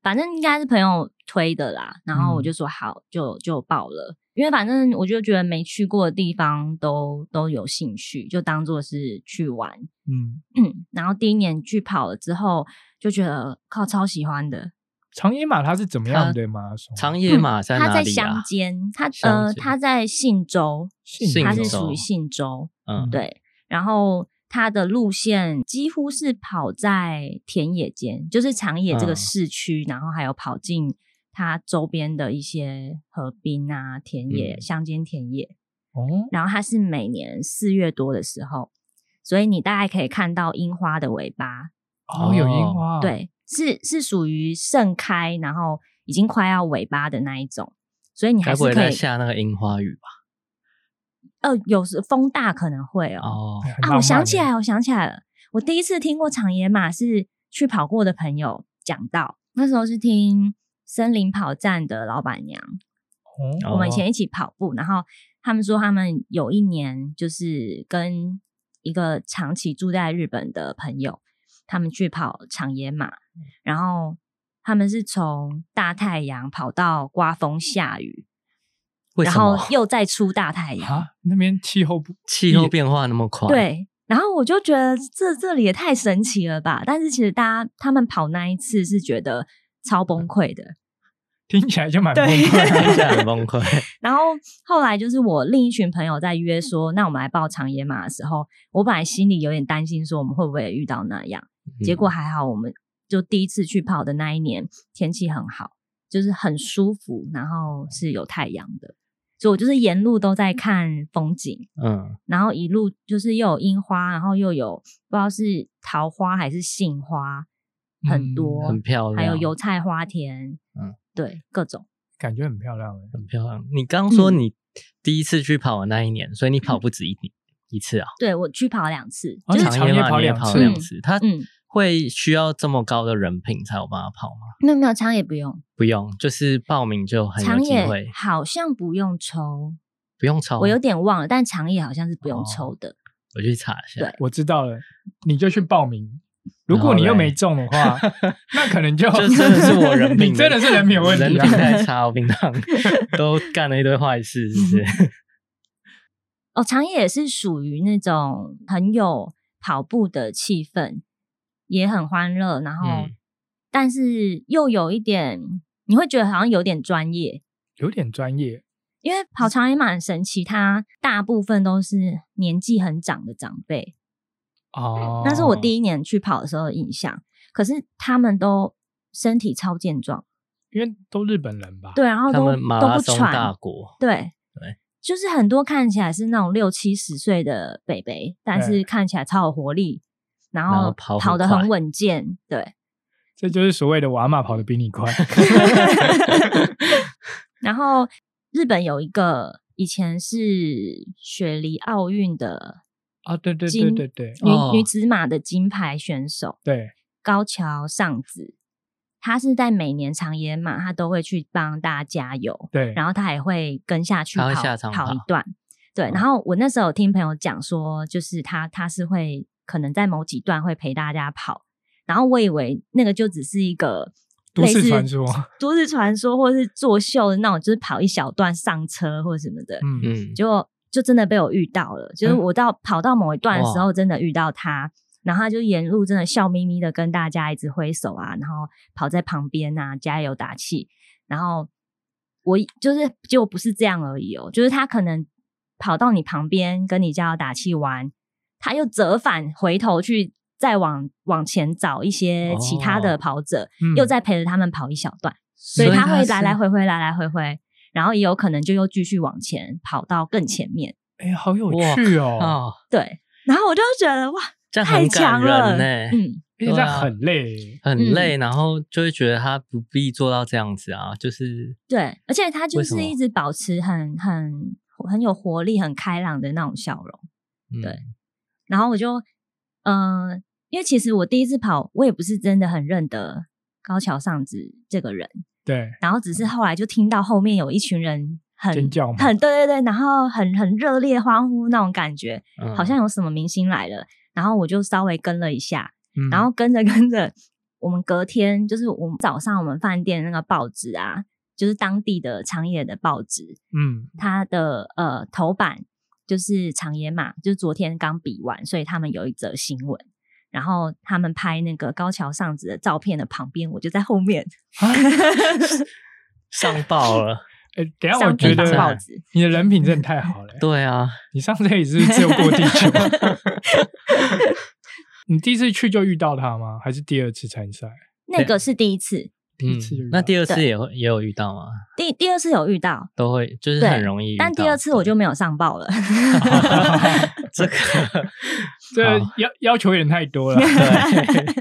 S3: 反正应该是朋友推的啦，然后
S1: 嗯
S3: 我就说好，就就报了，因为反正我就觉得没去过的地方都都有兴趣，就当做是去玩。
S1: 嗯，
S3: 然后第一年去跑了之后，就觉得靠超喜欢的。
S1: 长野马它是怎么样的马拉松？
S2: 长野马在
S3: 它
S2: 哪
S3: 嗯在
S2: 里啊
S3: 乡？间，它
S2: 乡
S3: 呃
S2: 间
S3: 它在信州，
S1: 信
S3: 它
S2: 州
S3: 是属于信州，
S2: 嗯，
S3: 对。然后它的路线几乎是跑在田野间，就是长野这个
S2: 嗯
S3: 市区，然后还有跑进它周边的一些河滨啊、田野、
S2: 嗯
S3: 乡间田野。
S1: 哦，
S3: 然后它是每年四月多的时候，所以你大概可以看到樱花的尾巴，
S1: 哦，有樱花，，
S3: 对，是是属于盛开，然后已经快要尾巴的那一种，所以你还
S2: 该
S3: 是
S2: 不会
S3: 可
S2: 在
S3: 以。
S2: 下那个樱花雨吧？
S3: 呃，有时风大可能会哦。
S2: 哦，
S1: 很浪漫欸
S3: 啊，我想起
S1: 耶
S3: 来，我想起来了，我第一次听过长野马是去跑过的朋友讲到，那时候是听森林跑站的老板娘，
S1: 哦，
S3: 我们以前一起跑步，然后他们说他们有一年就是跟一个长期住在日本的朋友，他们去跑长野马，
S2: 嗯
S3: 然后他们是从大太阳跑到刮风下雨，
S2: 为
S3: 然
S2: 什
S3: 后
S2: 么
S3: 又再出大太阳，
S1: 啊，那边气候不
S2: 气候变化那么快？，
S3: 对。然后我就觉得这这里也太神奇了吧！但是其实大家他们跑那一次是觉得超崩溃的，
S1: 听起来就蛮崩
S3: 对
S1: 溃
S2: 听起
S1: 的。
S2: 来很崩溃。
S3: 然后后来就是我另一群朋友在约说，那我们来报长野马的时候，我本来心里有点担心，说我们会不会也遇到那样。
S2: 嗯
S3: 结果还好，我们就第一次去跑的那一年天气很好，就是很舒服，然后是有太阳的，所以我就是沿路都在看风景，
S2: 嗯，
S3: 然后一路就是又有樱花，然后又有不知道是桃花还是杏花，很
S1: 嗯
S3: 多，
S2: 很漂亮，
S3: 还有油菜花田，
S2: 嗯
S3: 嗯，对，各种。
S1: 感觉很漂亮耶欸
S2: 很漂亮。你刚说
S3: 嗯
S2: 你第一次去跑的那一年，所以你跑不止一一次啊？
S3: 对我去跑两次，
S1: 啊
S3: 就是
S1: 你
S2: 长野马
S1: 长
S2: 哦你
S1: 野
S2: 也
S1: 跑两
S2: 跑
S1: 次
S2: 两次，它
S3: 嗯
S2: 会需要这么高的人品才有办法跑吗？
S3: 没有没有，长野不用，
S2: 不用，就是报名就很有
S3: 长
S2: 机
S3: 野
S2: 会，
S3: 好像不用抽，
S2: 不用抽。
S3: 我有点忘了，但长野好像是不用
S2: 哦
S3: 抽的。
S2: 我去查一下
S3: 对。
S1: 我知道了，你就去报名。如
S2: 然后
S1: 果你又
S2: 嘞
S1: 没中的 话，那可能就
S2: 这真的是我 人品，
S1: 你真的是人品有问
S2: 人
S1: 题
S2: 品
S1: 啊！
S2: 太差，我 平常都干了一堆坏事，是不
S3: 嗯
S2: 是？
S3: 哦，长野也是属于那种很有跑步的气氛，也很欢乐，然后、
S2: 嗯
S3: 但是又有一点，你会觉得好像有点专业，
S1: 有点专业，
S3: 因为跑长野马很神奇，它大部分都是年纪很长的长辈，
S1: 哦
S3: 那是我第一年去跑的时候的印象。可是他们都身体超健壮，
S1: 因为都日本人吧？
S3: 对，，然后
S2: 他
S3: 都
S2: 们马
S3: 都
S2: 拉
S3: 不
S2: 松
S3: 喘，
S2: 大国，
S3: 对
S2: 对，
S3: 就是很多看起来是那种六七十岁的北北，但
S1: 对
S3: 是看起来超有活力，然
S2: 然
S3: 后
S2: 后跑很
S3: 跑得
S2: 快
S3: 很稳健，对。
S1: 这就是所谓的我阿嬷跑得比你 快。
S3: 然后日本有一个以前是雪梨奥运的
S1: 啊，对对对
S3: 金
S1: 对对
S3: 女、
S2: 哦
S3: 女子马的金牌选手
S1: 对，
S3: 高桥尚子，她是在每年长野马，她都会去帮大家加油。
S1: 对，
S3: 然后他也会跟下去
S2: 他
S3: 跑
S2: 会下场
S3: 跑一
S2: 跑
S3: 段。对，
S2: 嗯
S3: 然后我那时候有听朋友讲说，就是他他是会可能在某几段会陪大家跑，然后我以为那个就只是一个
S1: 都
S3: 类
S1: 市
S3: 似
S1: 传说
S3: 都市传说或是作秀的那种，就是跑一小段上车或什么的，
S1: 嗯，
S2: 嗯，
S3: 结果就真的被我遇到了，就是
S1: 嗯
S3: 我到跑到某一段的时
S2: 哇
S3: 候，真的遇到他。然后他就沿路真的笑眯眯的跟大家一直挥手啊，然后跑在旁边啊加油打气，然后我就是结果不是这样而已哦，就是他可能跑到你旁边跟你加油打气完，他又折返回头去再往往前找一些其他的
S2: 哦
S3: 跑者，
S1: 嗯
S3: 又再陪着他们跑一小段。所
S2: 所
S3: 以他会来来
S2: 是
S3: 回回，来来回回，然后也有可能就又继续往前跑到更前面。
S1: 哎，好有
S2: 哇
S1: 趣哦，
S2: 哦，
S3: 对，然后我就觉得哇，
S2: 这样
S3: 太
S2: 很
S3: 强
S2: 感
S3: 了，
S2: 人呢，
S3: 嗯，
S1: 而且这
S2: 对
S1: 样
S2: 啊
S1: 很累，
S2: 很累，然后就会觉得他不必做到这样子啊，就是
S3: 对，而且他就
S2: 为什
S3: 是
S2: 么
S3: 一直保持很很很有活力、很开朗的那种笑容。
S2: 嗯
S3: 对然后我就，嗯、因为其实我第一次跑，我也不是真的很认得高桥尚子这个人，
S1: 对，
S3: 然后只
S2: 嗯
S3: 是后来就听到后面有一群人很
S1: 尖叫吗
S3: 很对对对，然后很很热烈欢呼那种感觉，
S2: 嗯
S3: 好像有什么明星来了，然后我就稍微跟了一下，
S1: 嗯
S3: 然后跟着跟着， 我们隔天就是我们早上我们饭店那个报纸啊，就是当地的长野的报纸，
S1: 嗯，
S3: 它的呃头版就是长野马，就是昨天刚比完，所以他们有一则新闻。然后他们拍那个高桥尚子的照片的旁边，我就在 后面
S2: 上报 了，
S1: 哎，等一下我
S3: 上
S1: 觉
S3: 面
S1: 得
S3: 当
S2: 真
S3: 报
S2: 的
S3: 纸。
S1: 你的人品真的太 好了，
S2: 对啊，
S1: 你上次也是只有过地球。 你第一次去就遇到他吗？还是第二次参赛？
S3: 那个是第一次，
S1: 第一次就遇到
S2: 嗯那第二次
S3: 对
S2: 也会也有遇到吗？
S3: 第第二次有遇到，
S2: 都会就是
S3: 对
S2: 很容易遇到，
S3: 但第二次我就没有上 报了。
S2: 这个
S1: 这
S2: 好
S1: 要要求有点太多 了。
S2: 对，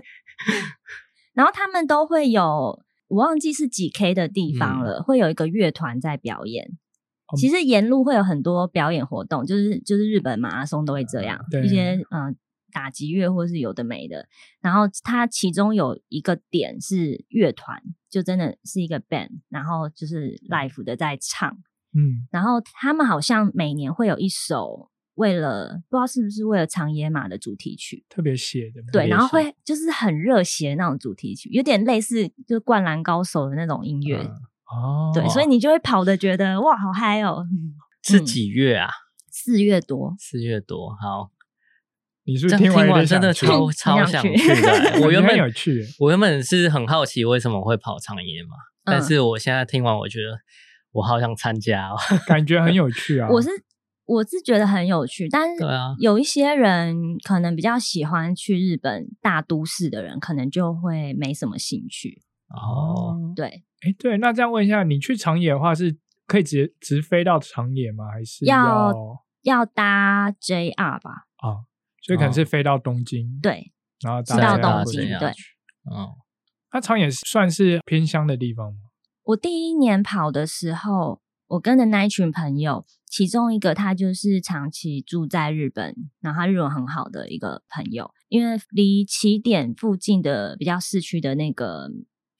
S3: 然后他们都会有，我忘记是几 K 的地方了，会有一个乐团在表演。
S1: 嗯哦
S3: 其实沿路会有很多表演活动，就是就是日本马拉松都会这样，
S1: 对
S3: 一些嗯、呃打击乐或是有的没的。然后它其中有一个点是乐团，就真的是一个 band，然后就是 live 的在唱。
S1: 嗯，
S3: 然后他们好像每年会有一首为了不知道是不是为了长野马的主题曲，
S1: 特别写的。
S3: 对，
S2: 也
S3: 然后
S2: 是
S3: 会就是很热血的那种主题曲，有点类似就是《灌篮高手》的那种音乐，
S2: 嗯
S1: 哦，
S3: 对，所以你就会跑的觉得哇，好嗨哦！
S2: 是几月啊？
S3: 四月多，
S2: 四月多，好，
S1: 你是
S2: 这
S1: 不是听
S2: 样听
S1: 完有
S2: 完
S1: 点
S2: 真
S1: 想
S2: 的
S1: 去
S2: 超
S3: 去
S2: 超
S3: 很
S2: 想
S3: 想去
S2: 去的。 我
S1: 觉得
S2: 原本
S1: 很有趣，
S2: 我原本是很好奇为什么会跑长野嘛，但
S3: 嗯
S2: 是我现在听完，我觉得我好想参加 哦。
S1: 感觉很有趣啊。
S3: 我是我是觉得很有趣，但是
S2: 对啊
S3: 有一些人可能比较喜欢去日本大都市的人，可能就会没什么兴趣。
S2: 哦，，
S3: 对，
S1: 哎，对，那这样问一下，你去长野的话是可以直直飞到长野吗？还是
S3: 要
S1: 要
S3: 要搭 JR 吧？
S1: 啊？所以可能是飞到东京，，
S3: 对，
S1: 然后搭
S3: 是到
S1: 这样
S3: 东
S1: 回
S3: 京
S1: 去
S2: 搭 JR
S3: 对哦
S2: 嗯，
S1: 那长野算是偏乡的地方吗？
S3: 我第一年跑的时候，我跟的那一群朋友，其中一个他就是长期住在日本，然后他日文很好的一个朋友，因为离起点附近的比较市区的那个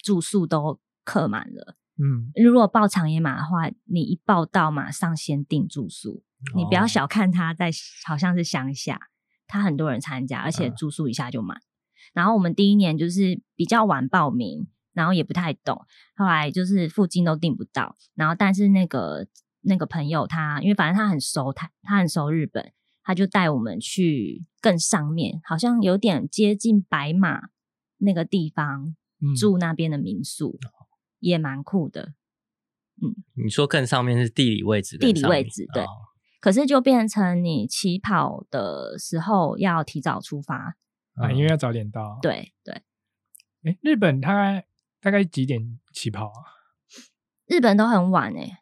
S3: 住宿都客满了。
S1: 嗯，
S3: 如果报长野马的话，你一报到马上先订住宿，你不要
S2: 哦
S3: 小看它在好像是乡下，它很多人参加，而且
S2: 嗯
S3: 住宿一下就满。然后我们第一年就是比较晚报名，然后也不太懂，后来就是附近都订不到。然后但是那个那个朋友他，因为反正他很熟他他很熟日本，他就带我们去更上面，好像有点接近白马那个地方
S1: 嗯
S3: 住那边的民宿，
S2: 哦
S3: 也蛮酷的。
S2: 你说更上面是地理位置更
S3: 地理
S2: 上面，
S3: 位置对
S2: 哦
S3: 可是就变成你起跑的时候要提早出发，
S1: 啊，因为要早点到。，
S3: 对对。
S1: 哎，日本大概大概几点起跑啊？
S3: 日本都很晚诶、欸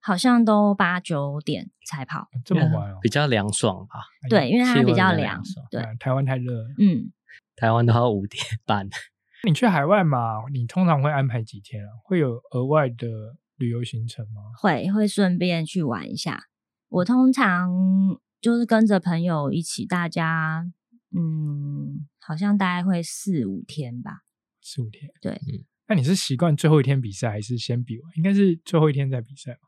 S3: 好像都八九点才跑。
S1: 这么晚哦
S2: 嗯比？较凉爽吧？
S1: 哎
S3: 对，因为
S2: 气
S3: 它
S2: 温
S3: 比较
S2: 比较
S3: 凉
S2: 凉爽。
S3: 对，
S1: 啊台湾太热了。
S3: 嗯，
S2: 台湾都要五点半，
S1: 你去海外嘛，你通常会安排几天啊？会有额外的旅游行程吗？
S3: 会会顺便去玩一下。我通常就是跟着朋友一起，大家嗯，好像大概会四五天吧。
S1: 四五天？
S3: 对
S2: 嗯
S1: 那你是习惯最后一天比赛，还是先比完？应该是最后一天再比赛吧？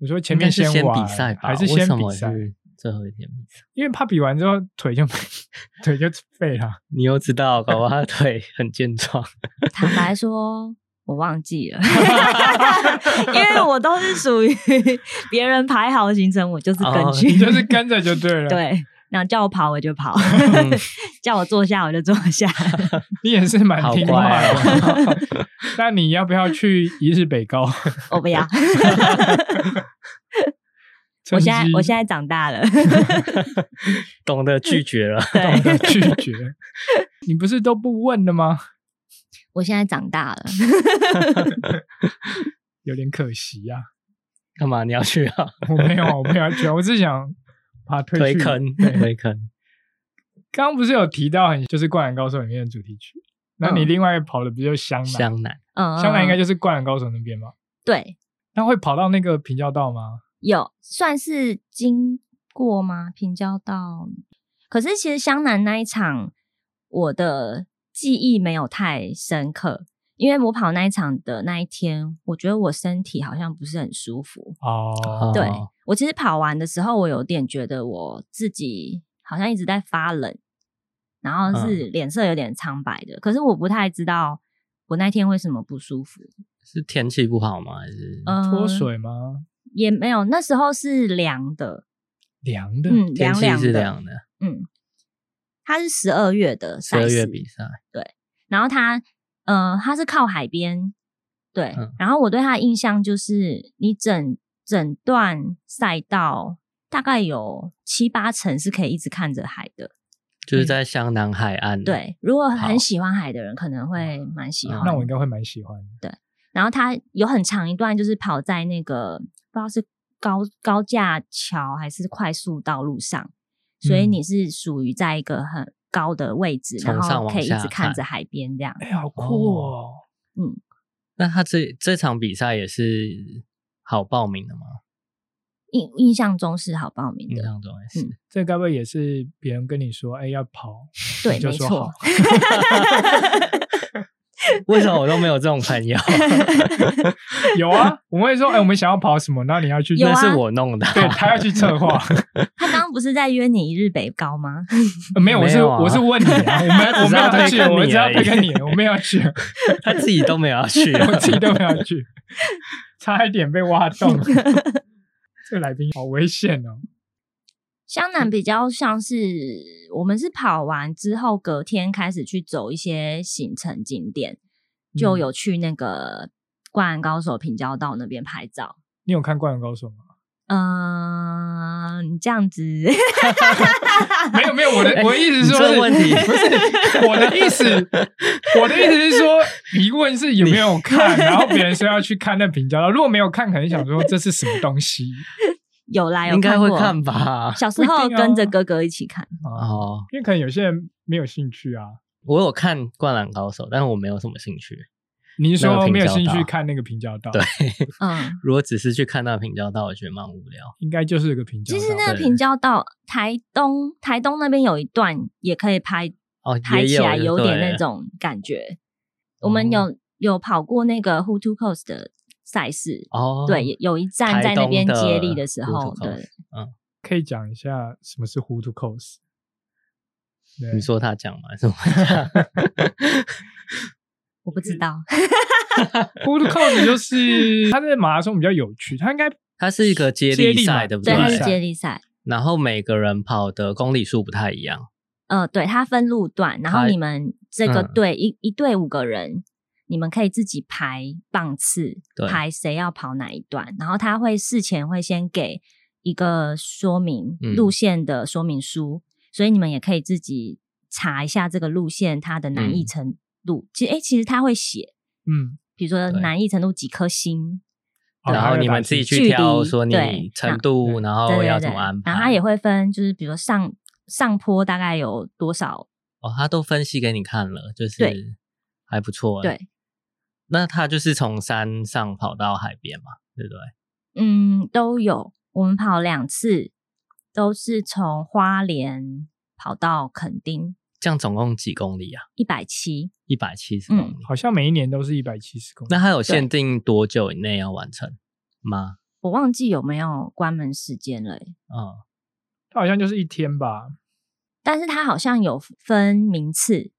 S1: 我说 前
S2: 应该
S1: 面
S2: 是先
S1: 玩
S2: 比赛吧？
S1: 还是
S2: 为
S1: 先
S2: 什
S1: 比
S2: 么
S1: 赛？
S2: 是最后一天比赛？
S1: 因为怕比完之后腿就 腿就废 了。
S2: 你又知道，搞不好 他腿很健壮。
S3: 坦白说，我忘记了， 因为我都 是属于别人排好行程，我就是
S2: 哦
S3: 跟
S1: 你
S3: 去，
S1: 就是跟着就对嗯了。
S3: 对。然后叫我跑我就跑， 叫我坐下我就坐下。
S1: 你也是蛮听话的。
S2: 好
S1: 那你要不要去一日北高？
S3: 哦 我 不要，
S1: 趁
S3: 我现在
S1: 机
S3: 我现在长大了。
S2: 懂得拒绝了。
S1: 懂得
S3: 对，
S1: 拒绝。 你不是都不问了吗？
S3: 我现在长大了。嗯
S1: 有点可惜呀、
S2: 干嘛？你要去啊？
S1: 我没有，我没有去，我只想把它推
S2: 推
S1: 去
S2: 坑，
S1: 对
S2: 推坑。
S1: 刚刚不是有提到很就是《灌篮高手》里面的主题曲，那你
S3: 嗯
S1: 另外跑的不就是湘南？
S2: 湘南
S3: 嗯，
S1: 湘南应该
S3: 就
S1: 就是《灌篮高手》那边吧？
S3: 对，
S1: 那会跑到那个平交道吗？
S3: 有算是经过吗？平交道。可是其实湘南那一场，我的记忆没有太深刻，因为我跑那一场的那一天，我觉得我身体好像不是很舒服。
S1: 哦，
S3: 对
S2: 哦
S3: 我其实跑完的时候，我有点觉得我自己好像一直在发冷，然后
S2: 嗯
S3: 是脸色有点苍白的。可是我不太知道我那天为什么不舒服。
S2: 是天气不好吗？还是
S3: 嗯，
S1: 脱水吗？
S3: 也没有，那时候是凉的，
S1: 凉的，
S3: 嗯，
S2: 天
S3: 凉
S2: 气
S3: 凉
S2: 是
S3: 的，
S2: 凉的？
S3: 嗯，它是十二月的
S2: 十
S3: 赛
S2: 二月
S3: 事，
S2: 比赛，
S3: 然后它，呃，它是靠海边，对，
S2: 嗯
S3: 然后我对它的印象就是，你整整段赛道大概有七八成是可以一直看着海的，
S2: 就是在湘南海岸。，
S3: 嗯对，如果
S2: 嗯好
S3: 很喜欢海的人，可能会蛮喜
S2: 嗯
S3: 欢。
S1: 那我应该会蛮喜欢的。
S3: 然后它有很长一段就是跑在那个不知道是高高架桥还是快速道路上，所以
S1: 嗯
S3: 你是属于在一个很高的位置，
S2: 从
S3: 然
S2: 上
S3: 后
S2: 往
S3: 可以一
S2: 下
S3: 直看
S2: 看
S3: 着海边这样。
S1: 哎，好酷哦！
S2: 那他这这场比赛也是好报名的吗？
S3: 印印象中是好报名
S2: 印
S3: 的，
S2: 象中也是
S3: 嗯。
S1: 这该不会也是别人跟你说，哎，要跑，
S3: 对
S1: 你就
S3: 没
S1: 说
S3: 错
S1: 好
S2: 为什么我都没有这种朋友？
S1: 有啊，我们会说，哎，我们想要跑什么，然后你要去，
S3: 有啊
S2: 那是我弄的。
S1: 对他要去策 划。
S3: 他刚刚不是在约你一日北高吗？
S1: 呃没有，我
S2: 没
S1: 是
S2: 有啊
S1: 我是问你啊，我们我没有去，
S2: 只是要推坑
S1: 我
S2: 你
S1: 只要
S2: 而已
S1: 推跟你，我没有 去，
S2: 他自己都没有要去，啊
S1: 我自己都没有去，差一点被挖 洞。这个来宾好危险哦！嗯
S3: 湘南比较像是我们是跑完之后，隔天开始去走一些行程景点，就
S1: 嗯
S3: 有去那个灌篮高手平交道那边拍照。
S1: 你有看《灌篮高手》吗？
S3: 嗯、你这样子
S1: 没有没有，我的
S2: 哎
S1: 我的意思
S2: 你
S1: 是说
S2: 这
S1: 是，
S2: 问题
S1: 不是我的意 思，我的意思是说，疑问是有没有看，然后别人说要去看那评价，如果没有看，可能想说这是什么东西
S3: 有啦，有
S2: 应该会
S3: 过嗯
S2: 看吧？
S3: 小时
S1: 不一
S3: 候
S1: 定
S3: 跟着
S1: 啊
S3: 哥哥一 起看，
S1: 啊，
S2: 哦，
S1: 因为可能有些人没有兴趣啊。
S2: 我有看《灌篮高手》，但是我没有什么兴趣。
S1: 你是
S2: 那
S1: 说
S2: 个
S1: 没有
S2: 平交
S1: 兴趣
S2: 道
S1: 看那个评价道，
S2: 对，
S3: 嗯，
S2: 如果只是去看那平交道，我觉得蛮无聊。
S1: 应该就是有个评价
S3: 其
S1: 道。
S3: 实那个
S2: 对
S3: 平交道台东台东那边有一段也可以拍，
S2: 哦，
S3: 拍
S2: 也
S3: 起
S2: 有
S3: 来
S2: 就
S3: 有
S2: 对
S3: 点那
S2: 了
S3: 种感觉。我们有有跑过那个 Who to Coast 的赛事，
S2: 哦，
S3: 对，有一站在那边接力的时候，
S2: 台东的
S3: 对，
S1: 可以讲一下什么是 Who to Cos？对
S2: 你说他讲嘛？是吗？
S3: 我不知道，
S1: Who to Cos 就是它在马拉松比较有趣，它应该
S2: 它是一个接
S1: 接
S2: 力
S1: 力嘛
S2: 赛，对不
S3: 对，
S1: 接
S3: 它
S1: 力
S3: 是
S1: 赛
S3: 接力赛，
S2: 然后每个人跑的公里数不太一样，
S3: 呃，对，它分路段，然后
S2: 排
S3: 你们这个
S2: 嗯
S3: 队、一一队五个人，你们可以自己排棒次
S2: 对，
S3: 排谁要跑哪一段，然后他会事前会先给一个说明、
S2: 嗯
S3: 路线的说明书，所以你们也可以自己查一下这个路线它的难易
S2: 嗯
S3: 程度。其实，哎、其实他会写，
S1: 嗯，
S3: 比如说
S2: 对
S3: 难易程度几颗星，
S1: 哦
S2: 然后你们自己去挑，说
S3: 距离
S2: 你
S3: 对
S2: 程度，然后
S3: 对
S2: 哦要
S3: 对
S2: 怎
S3: 对
S2: 么安，排。
S3: 然后他也会分，就是比如说上上坡大概有多少，
S2: 哦，他都分析给你看了，就是
S3: 对
S2: 还不错。
S3: 对，，
S2: 那他就是从山上跑到海边嘛，对不对？
S3: 嗯，都有。我们跑两次，都是从花莲跑到垦丁，
S2: 这样总共几公里啊？
S3: 一百七。
S2: 一百七十
S3: 嗯
S2: 公里。
S1: 好像每一年都是一百七十公里。
S2: 那它有限定多久以内要完成吗？
S3: 我忘记有没有关门时间了欸、
S2: 嗯，
S1: 它好像就是一天吧，
S3: 但是它好像有分名次，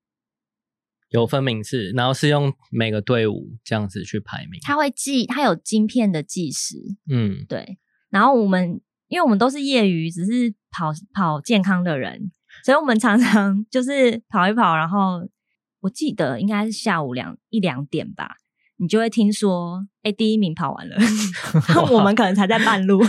S2: 有分名次，然后是用每个队伍这样子去排名。
S3: 它会计，它有晶片的计时，
S2: 嗯，
S3: 对。然后我们，因为我们都是业余，只是跑跑健康的人，所以我们常常 就是跑一跑，然后我记得应该是下午两一两点吧，你就会听说，哎、第一名跑 完了，我们可能才在半路。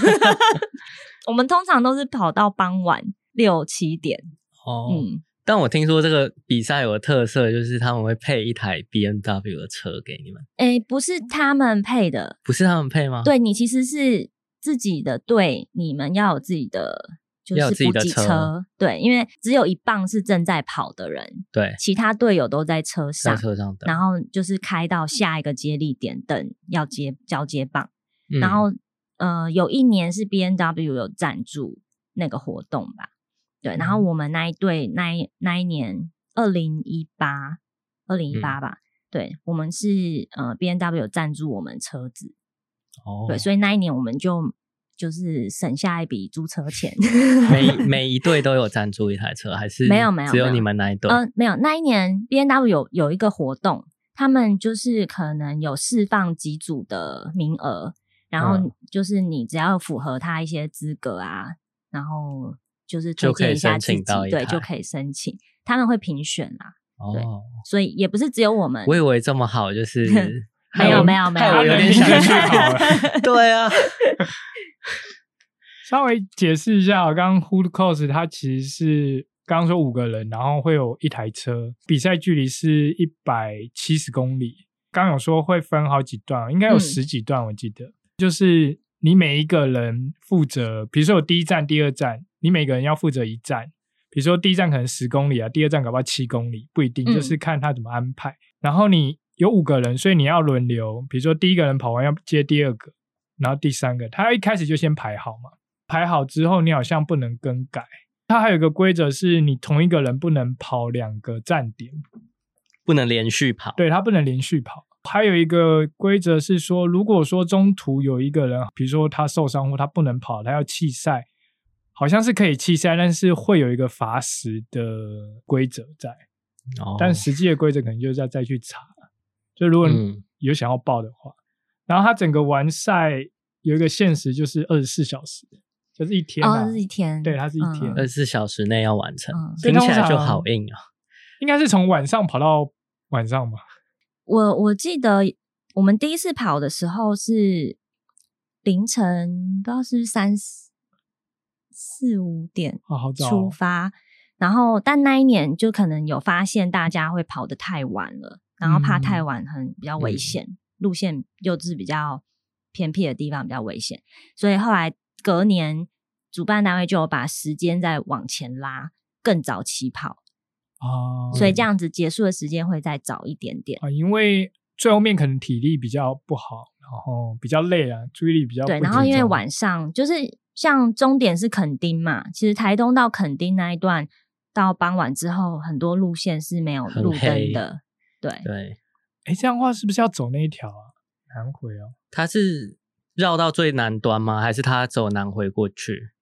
S3: 我们通常都是跑到傍晚六七点，
S2: 哦，
S3: 嗯，
S2: 但我听说这个比赛有个特色，就是他们会配一台 B M W 的车给你们，
S3: 哎、不是他们配的，
S2: 不是他们配吗？，
S3: 对你其实是自己的队，你们要有自己的。就
S2: 要有自
S3: 是
S2: 己
S3: 补
S2: 的
S3: 给
S2: 车
S3: 对，因为只有一棒是正在跑的人，
S2: 对，
S3: 其他队友都在车
S2: 在
S3: 上，
S2: 车上等，
S3: 啊然后就是开到下一个接力点等要接交接棒。
S2: 嗯
S3: 然后呃，有一年是 B N W 有赞助那个活动吧，对。然后
S2: 嗯
S3: 我们那一队那一那一年二零一八二零一
S2: 嗯
S3: 八吧，对我们是呃 B N W 有赞助我们车子，
S2: 哦，
S3: 对，所以那一年我们就就是省下一笔租 车钱。
S2: 每每一队都有赞助一台车，还是
S3: 没有没有
S2: 只有
S3: 没有
S2: 你们那一队？
S3: 呃，没有，那一年 B N W 有有一个活动，他们就是可能有释放几组的名额，然后
S2: 嗯
S3: 就是你只要符合他一些资格啊，然后就是推
S2: 就可以
S3: 荐下
S2: 申
S3: 自己
S2: 请到，一
S3: 对，
S2: 台
S3: 就可以申请。他们会评选啦，对
S2: 哦，
S3: 所以也不是只有我们，
S2: 我以为这么好，就是
S3: 没有没有没
S2: 害我
S3: 有，
S2: 有点想
S1: 去
S2: 去
S1: 跑了。
S2: 对啊，
S1: 稍微解释一下哦，刚刚 Hood Course 它其实是刚刚说五个人，然后会有一台车，比赛距离是一百七十公里。刚刚有说会分好几段哦，应该有
S3: 嗯
S1: 十几段，我记得。就是你每一个人负责，比如说有第一站、第二站，你每个人要负责一站。比如说第一站可能十公里啊，第二站搞不好七公里，不一定，
S3: 嗯
S1: 就是看他怎么安排。然后你有五个人，所以你要轮流，比如说第一个人跑完要接第二个，然后第三个，他一开始就先排好嘛。排好之后，你好像不能更改。它还有一个规则是，你同一个人不能跑两个站点，
S2: 不能连续跑，
S1: 对，他不能连续跑。还有一个规则是说，如果说中途有一个人，比如说他受伤或他不能跑，他要弃赛，好像是可以弃赛，但是会有一个罚时的规则在，
S2: 哦，
S1: 但实际的规则可能就是要再去查。就如果你
S2: 嗯，
S1: 有想要报的话，然后他整个完赛有一个限时就是二十四小时，就是一天、啊，
S3: 哦，是一天，
S1: 对，它是一天，
S2: 二十四小时内要完成，
S3: 嗯
S2: 听起来就好硬啊。
S1: 应该是从晚上跑到晚上吧。
S3: 我我记得我们第一次跑的时候是凌晨，不知道是不是三四四五点
S1: 啊，好早、
S3: 出
S1: 哦，
S3: 发，然后但那一年就可能有发现大家会跑得太晚了，然后怕
S1: 嗯
S3: 太晚很比较危险，路线又是比较偏僻的地方比较危险，所以后来隔年主办单位就有把时间再往前拉，更早起跑，
S1: 啊，
S3: 所以这样子结束的时间会再早一点点。
S1: 啊，因为最后面可能体力比较不好，然后比较累啊，注意力比较
S3: 对，
S1: 不
S3: 然后
S1: 集
S3: 因为
S1: 中
S3: 晚上就是像终点是垦丁嘛，其实台东到垦丁那一段，到傍晚之后，很多路线是没有
S2: 很
S3: 路
S2: 黑
S3: 灯的。对，
S2: 对，
S1: 哎，这样的话是不是要走那一条啊？南回哦，
S2: 它是绕到最南端吗？还是它走南回过去？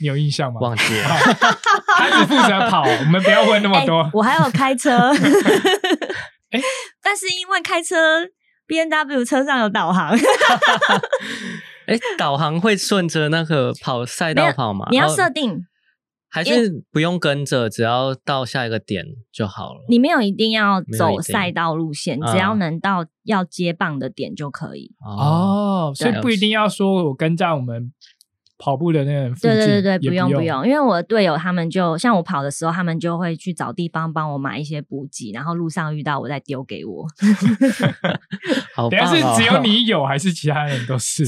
S1: 你有印象吗？
S2: 忘记了。
S1: 他只负责跑，我们不要问那么
S3: 哎
S1: 多。
S3: 我还有开车
S1: 哎，
S3: 但是因为开车 B N W 车上有导航，
S2: 哎，导航会顺着那个跑赛
S3: 没
S2: 道
S3: 有
S2: 跑吗？
S3: 你要
S2: 哦
S3: 设定，
S2: 还
S3: 因为
S2: 是不用跟着，只要到下一个点就好了。
S3: 你没有一定要
S2: 没有一
S3: 走
S2: 定
S3: 赛道路线，只要
S2: 嗯
S3: 能到要接棒的点就可以。
S2: 哦，
S1: 哦，所以
S2: 对
S1: 不一定要说我跟在我们跑步的那个人附近，
S3: 对对对对，
S1: 也
S3: 不
S1: 用
S3: 用不，用，因为我的队友他们就像我跑的时候，他们就会去找地方帮我买一些补给，然后路上遇到我再丢给我，
S2: 好
S1: 等
S2: 棒
S1: 下是
S2: 哦！
S1: 只 有你有，还是其他人都是？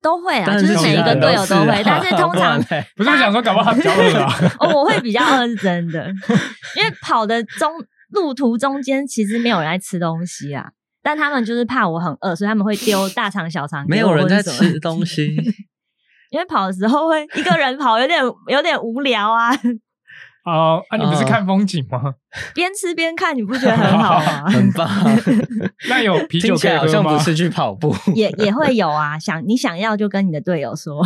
S3: 都会啊，
S2: 但
S3: 就是是每一个队友都会，但是
S2: 啊
S3: 通
S2: 不然
S3: 常
S2: 嘞
S1: 不是我想说，搞不好他比较饿 啊。
S3: 哦，我会比较饿是真的，因为跑的中路途中间其实没有人在吃东西啊，但他们就是怕我很饿，所以他们会丢大肠小肠给我，
S2: 没有人
S3: 或
S2: 在
S3: 者什么
S2: 吃，东西，
S3: 因为跑的时候会一个人跑有点有点无聊啊，
S1: 哦，啊，你不是
S2: 哦
S3: 嗯
S1: 看风景吗？
S3: 边吃边看，你不觉得很好 吗？
S2: 很棒。
S1: 那有 啤酒
S2: 听起
S1: 可以
S2: 来好
S1: 喝
S2: 像
S1: 吗
S2: 不？是去跑步，
S3: 也也会有啊，想你想要就跟你的队友说，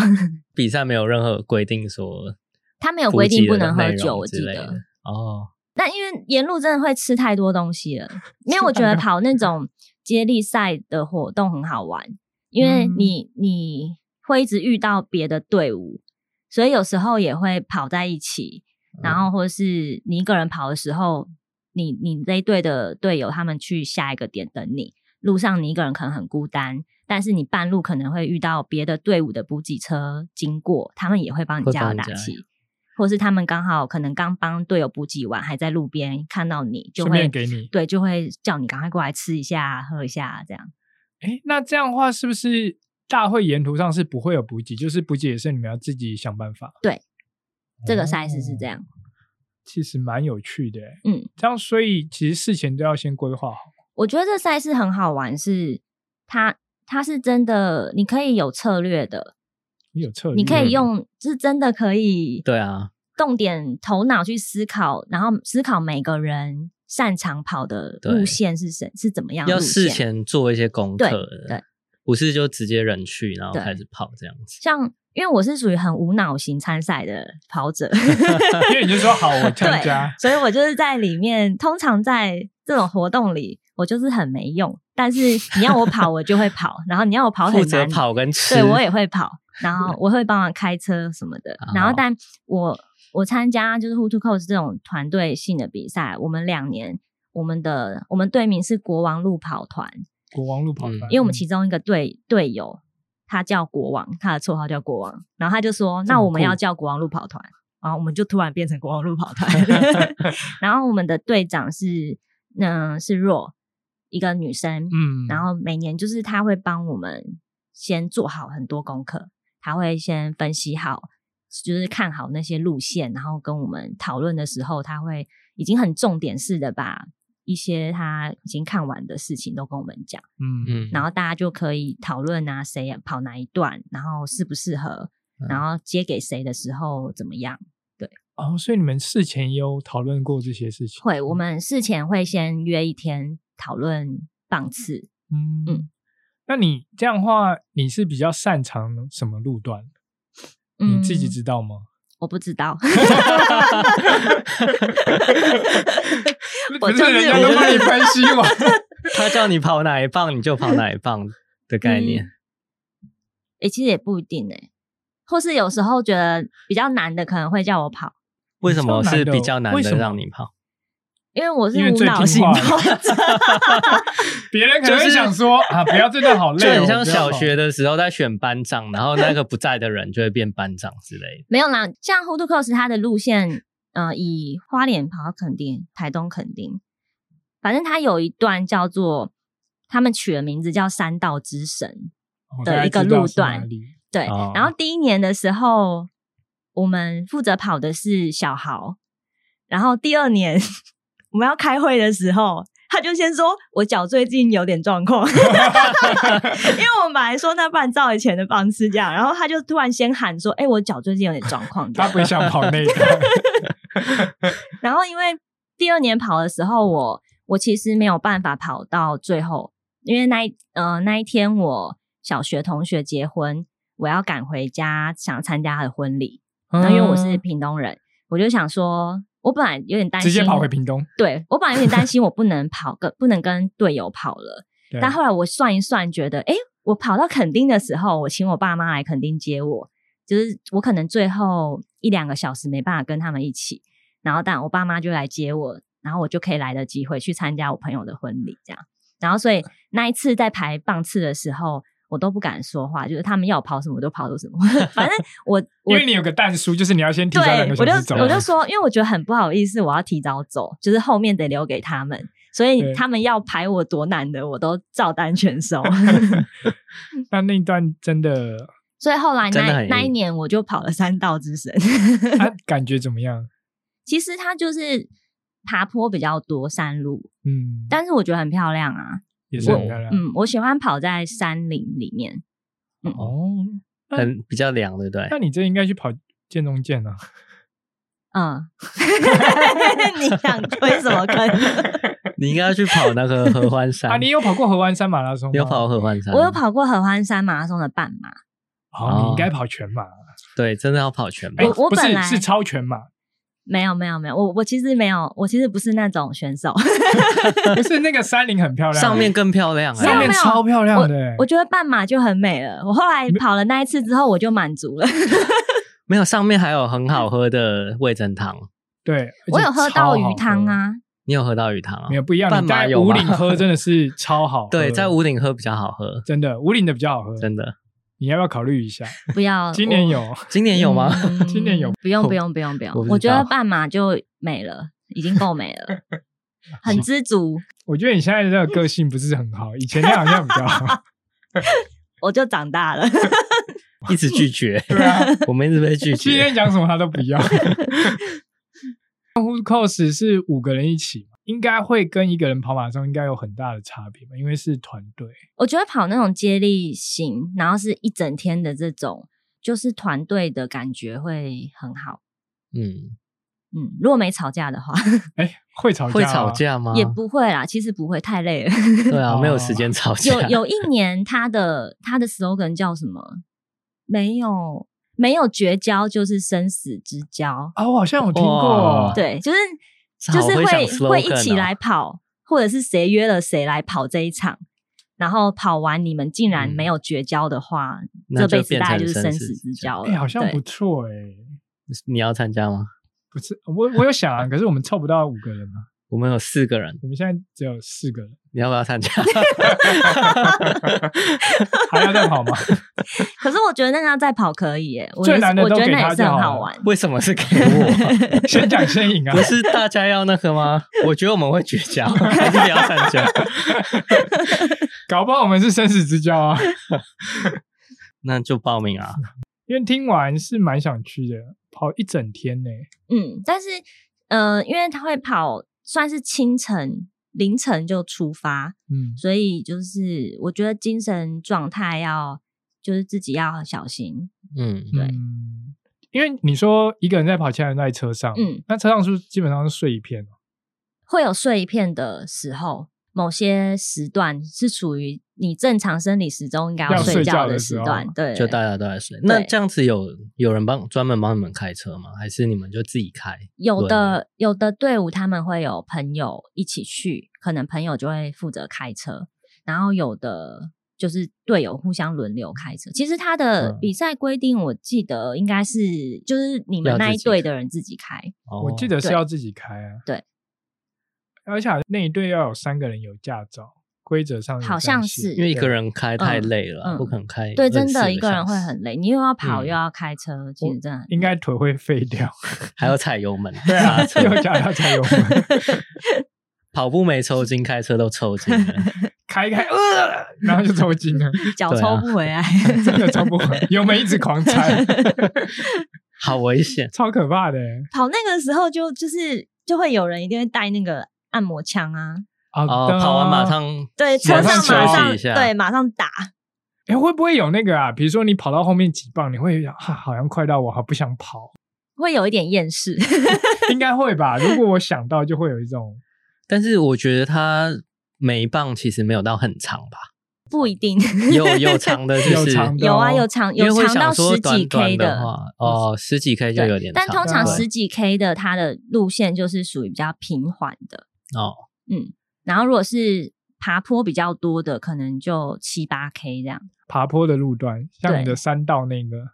S2: 比赛没有任何规定说
S3: 他没有规定不能
S2: 补
S3: 喝
S2: 给的内
S3: 酒，
S2: 容
S3: 我
S2: 之
S3: 记
S2: 类的
S3: 得。
S2: 哦，
S3: 但因为沿路真的会吃太多 东西了，因为我觉
S2: 啊
S3: 得跑
S2: 嗯
S3: 那种接力赛的活
S2: 嗯
S3: 动很好玩，因为你、你会一直遇到别的队伍，所以有时候也会跑在一起，然
S2: 嗯
S3: 后或是你一个人跑的时候，你你这一队的队友他们去下一个点等你，路上你一个人可能很孤单，但是你半路可能会遇到别的队伍的补给车经过，他们也会帮你
S2: 会
S3: 加油
S2: 帮你
S3: 打
S2: 加
S3: 气。或是他们刚好可能刚帮队友补给完，还在路边看到你，就
S1: 顺
S3: 会
S1: 便给你。
S3: 对，就会叫你赶快过来吃一下、喝一下这样。
S1: 哎，那这样的话是不是大会沿途上是不会有补给？就是补给也是你们要自己想办法。
S3: 对，这个
S1: 哦
S3: 赛事是这样。
S1: 其实蛮有趣的。
S3: 嗯，
S1: 这样所以其实事前都要先规划好。
S3: 我觉得这赛事很好玩是，它它是真的，你可以有策略的，
S1: 你有策略，
S3: 你可以
S2: 嗯
S3: 用，是真的可以
S2: 对啊，
S3: 动点头脑去思考，然后思考每个人擅长跑的路
S2: 对
S3: 线是什是怎么样的
S2: 要
S3: 路线。
S2: 事前做一些功课
S3: 对
S2: 的，
S3: 对
S2: 不是就直接人去然后
S3: 对
S2: 开始跑这样子。
S3: 像因为我是属于很无脑型参赛的跑者，
S1: 因为你就说好，我参加
S3: 对，。所以我就是在里面，通常在这种活动里，我就是很没用。但是你要我跑，我就会跑；然后你要我跑
S2: 负
S3: 很
S2: 责
S3: 难，
S2: 跑跟吃，
S3: 对我也会跑，然后我会帮忙开车什么的。然后
S2: 哦，
S3: 但我我参加就是 Who to Coach 这种团队性的比赛，我们两年，我们的我们队名是国王路跑团，
S1: 国王路跑团
S2: 嗯，
S3: 因为我们其中一个队队友他叫国王，他的绰号叫国王，然后他就说，那我们要叫国王路跑团，然后我们就突然变成国王路跑团，然后我们的队长是嗯、是若一个女生，
S1: 嗯，
S3: 然后每年就是他会帮我们先做好很多功课，他会先分析好，就是看好那些路线，然后跟我们讨论的时候，他会已经很重点式的把一些他已经看完的事情都跟我们讲。
S1: 嗯嗯
S2: 嗯，
S3: 然后大家就可以讨论啊，谁跑哪一段，然后适不适合，
S2: 嗯
S3: 然后接给谁的时候怎么样。
S1: 哦，所以你们事前也有讨论过这些事情。
S3: 会，我们事前会先约一天讨论棒次。
S1: 嗯
S3: 嗯
S1: 那你这样的话，你是比较擅长什么路段？你
S3: 嗯
S1: 自己知道吗？
S3: 我不知道，
S1: 不
S3: 我
S1: 是
S3: 就是
S1: 人家都帮 你分析完，
S2: 他叫你跑哪一棒，你就跑哪一棒的概
S3: 嗯
S2: 念。
S3: 诶、其实也不一定诶、或是有时候觉得比较难的，可能会叫我跑，
S2: 为什么是比较难
S1: 哦为什
S2: 的
S1: 么
S2: 让你跑？
S3: 因为我是
S1: 因为
S3: 无
S1: 最
S3: 脑
S1: 听
S3: 型
S1: 话
S3: 跑者。
S1: 别人可能会想说啊，不要这段好累
S2: 就
S1: 哦，
S2: 很像
S1: 不要跑
S2: 小学的时候在选班长，然后那个不在的人就会变班长之类
S3: 没有啦，像 Who to Coast 它的路线，呃，以花莲跑到垦丁、台东垦丁，反正它有一段叫做他们取的名字叫山道之神，
S1: 我
S3: 的
S1: 大概
S3: 一个
S1: 知道
S3: 路
S1: 是哪
S3: 段
S1: 里
S3: 对。
S2: 哦
S3: 然后第一年的时候，我们负责跑的是小豪，然后第二年 我们要开会的时候。他就先说，我脚最近有点状况， 因为我们本来说那不然照以前的方式这样，然后他就突然先喊说，哎、我脚最近有点状况。这
S1: 他
S3: 样
S1: 不想跑那一 段，
S3: 然后因为第二年跑的时候我，我其实没有办法跑到最后，因为那一呃那一天我小学同学结婚，我要赶回家想参加他的婚礼。
S2: 的。
S3: 那、因为我是屏东人，我就想说，我本来有点担
S1: 嗯
S3: 心，
S1: 直接跑回屏东。
S3: 对我本来有点担心，我不能跑跟不能跟队友跑了。
S1: 对
S3: 但后来我算一算，觉得诶，我跑到垦丁的时候，我请我爸妈来垦丁接我，就是我可能最后一两个小时没办法跟他们一起，然后但我爸妈就来接我，然后我就可以来得及回去参加我朋友的婚礼，这样。然后所以那一次在排棒次的时候，我都不敢说话，就是他们要我跑什么我就跑什么， 反正我我
S1: 因为你有个蛋叔，就是你要先提早两
S3: 对
S1: 个，
S3: 我
S1: 小
S3: 就
S1: 时走。
S3: 我就说，因为我觉得很不好意思，我要提早走，就是后面得留给他们，所
S1: 对
S3: 以他们要排我多难的，我都照单 全收。
S1: 那那一段真的，
S3: 所以后来
S2: 真的
S3: 那
S2: 很硬
S3: 那一年我就跑了三道之神，
S1: 他啊 感觉怎么样？
S3: 其实它就是爬坡比较多山路，
S1: 嗯，
S3: 但是我觉得很漂亮啊。
S1: 也是
S2: 我
S1: 很漂亮。
S3: 嗯，我喜欢跑在山林里面。嗯
S2: 哦， 很比较凉，对不对？
S1: 那你这应该去跑建中建啊，
S3: 嗯， 你想推什 么坑？
S2: 你应该要去跑那个合欢山
S1: 啊，你有跑过合欢山马拉松吗？
S2: 你有跑合欢山？
S3: 我有，跑过合欢山马拉松的半马，
S1: 哦，你应
S2: 哦
S1: 该跑全马。
S2: 对，真的要跑全马
S1: 哎，。
S3: 我我
S1: 不
S3: 本
S1: 是
S3: 来
S1: 是超全 马，
S3: 没有没有没有，我我其实没有，我其实不是那种选手。
S1: 不是那个山林很漂亮，
S2: 上面更漂亮哎，
S1: 上面超漂亮的欸。
S3: 我觉得半马就很美了。我后来跑了那一次之后，我就满足了。
S2: 没有，上面还有很好喝的味噌汤，
S1: 对，
S3: 我
S1: 而且
S3: 有喝到
S1: 超好
S3: 鱼汤
S1: 喝，
S3: 啊，
S2: 你有喝到鱼汤啊
S1: 没？有不一样。
S2: 半
S1: 你
S2: 马
S1: 在
S2: 有
S1: 五
S2: 吗
S1: 岭喝真的是超好喝，
S2: 对，在五岭喝比较好喝，
S1: 真的五岭的比较好喝，
S2: 真的。啊
S1: 你要不要考虑一下？
S3: 不要。
S1: 今年
S3: 我
S1: 有，
S2: 今年有吗？
S3: 嗯
S1: 今年有？
S3: 不用不用不用不用，
S2: 我不
S3: 我
S2: 知
S3: 觉
S2: 道
S3: 得半马就美了，已经够美了，很知足。
S1: 我觉得你现在的这个个性不是很好，以前那好像比较 好。
S3: 我就长大了，
S2: 一直拒绝，
S1: 对啊，
S2: 我们一直被 拒
S1: 今
S2: 绝。
S1: 天讲什么他都不要。Who cos 是五个人一起嘛，应该会跟一个人跑马拉松应该有很大的差别吧，因为是团队。
S3: 我觉得跑那种接力型，然后是一整天的这种，就是团队的感觉会很好。
S2: 嗯，
S3: 嗯，如果没吵架的话，
S1: 哎，会吵架、
S2: 会吵。架吗？
S3: 也不会啦，其实不会太累了。
S2: 对啊，
S1: 哦
S2: 没有时间 吵架
S3: 有。有一年他的他的 slogan 叫什么？没有没有绝交就是生死之交。
S1: 啊、我好像有听
S2: 哇
S1: 过。哦
S3: 对，就是
S2: 好
S3: 就是
S2: 会想
S3: 会
S2: slogan
S3: 会一起
S2: 哦
S3: 来跑，或者是谁约了谁来跑这一场，然后跑完你们竟然没有绝交的话，
S2: 嗯那
S3: 这
S2: 就
S3: 辈子
S2: 变
S3: 大概
S2: 成
S3: 就是
S2: 生
S3: 生
S2: 死
S3: 死
S2: 之
S3: 之交了。
S1: 哎，好像
S3: 对
S1: 不错哎、
S2: 你要参加吗？
S1: 不是我我有想啊，可是我们凑不到五个人啊，
S2: 我们有四个人，
S1: 我们现在只有四个人，
S2: 你要不要 参加？
S1: 还要再跑吗？
S3: 可是我觉得那样再跑可以耶，我
S1: 最
S3: 觉得
S1: 难的
S3: 我
S1: 都
S3: 觉得
S1: 给
S3: 那
S1: 他
S3: 也是
S1: 就
S3: 很
S1: 好
S3: 好
S1: 了
S3: 玩。
S2: 为什么是给 我？
S1: 先讲先赢啊
S2: 不！是大家要那个吗？我觉得我们会绝交，还是不要参加？
S1: 搞不好我们是生死之交啊！
S2: 那就报名 啊！
S1: 因为听完是蛮想去的，跑一整天呢、
S3: 嗯，但是呃，因为他会跑，算是清晨凌晨就出发，
S1: 嗯，
S3: 所以就是我觉得精神状态要就是自己要小心。
S2: 嗯，
S3: 对
S1: 嗯，因为你说一个人在跑，其他人在车上，
S3: 嗯，
S1: 那车上是不是基本上是睡一片哦
S3: 会有睡一片的时候，某些时段是处于你正常生理时钟应该
S1: 要
S3: 睡
S1: 睡觉
S3: 觉
S1: 的时
S3: 时
S1: 候
S3: 段，对，
S2: 就大家都在睡。那
S3: 对
S2: 这样子有有人帮专门帮你们开车吗？还是你们就自己开？
S3: 有的有的队伍他们会有朋友一起去，可能朋友就会负责开车，然后有的就是队友互相轮流开车。其实他的
S1: 嗯
S3: 比赛规定，我记得应该是就是你
S2: 要
S3: 们那
S2: 自
S3: 一
S2: 己
S3: 队
S2: 开
S3: 的人自己开，
S2: 哦
S1: 我记得是
S3: 对
S1: 要自己开啊。
S3: 对，
S1: 而且那一队要有三个人有驾照，规则上有
S3: 好
S1: 这样
S3: 像
S1: 写
S3: 是
S2: 因为一个
S1: 对
S2: 人开太
S3: 嗯
S2: 累了啊，
S3: 嗯
S2: 不可能开24个
S3: 对，
S2: 小时。
S3: 真的一个人会很累，你又要跑
S2: 嗯
S3: 又要开车，其实真的很
S1: 应该腿会废掉。
S2: 还要踩油门，
S1: 对啊
S2: 刹，车
S1: 有驾照才有。
S2: 跑步没抽筋， 开车都抽筋了。
S1: 开一开，呃，然后就抽筋了，
S3: 脚
S2: 对
S3: 抽
S2: 啊
S3: 不回来。
S1: 真 的抽不回，油门一直狂踩，
S2: 好危险！
S1: 超可怕的
S3: 跑那个时候就就是就会有人一定会带那个按摩枪啊，
S1: 啊！
S2: 哦，
S1: 对啊
S2: 跑完马，上
S3: 对，车
S1: 马
S3: 上
S1: 上
S3: 马
S1: 休息
S3: 上
S2: 一下
S3: 对马上打。
S1: 哎，会不会有那个啊？比如说你跑到后面几棒，你会想，哈好像快到我，好不想跑，
S3: 会有一点厌世，
S1: 应该会吧？如果我想到，就会有一种
S2: 但是我觉得它每一棒其实没有到很长 吧，
S3: 不一定。
S2: 有 有长的就
S1: 有
S2: 是
S1: 长的
S3: 有啊，
S1: 哦
S3: 有长
S2: 因为
S3: 有
S2: 会
S3: 长到
S2: 想说
S3: 十
S2: 短
S3: 几
S2: 短
S3: K 嗯
S2: 的话，哦，十几 K 就有
S3: 对
S2: 点，长，
S3: 但通常
S1: 对
S3: 十几 K 的它的路线就是属于比较平缓的，
S2: 哦，
S3: 嗯，然后如果是爬坡比较多的，可能就七八 K 这样。
S1: 爬坡的路段，像你
S3: 对
S1: 的山道那个，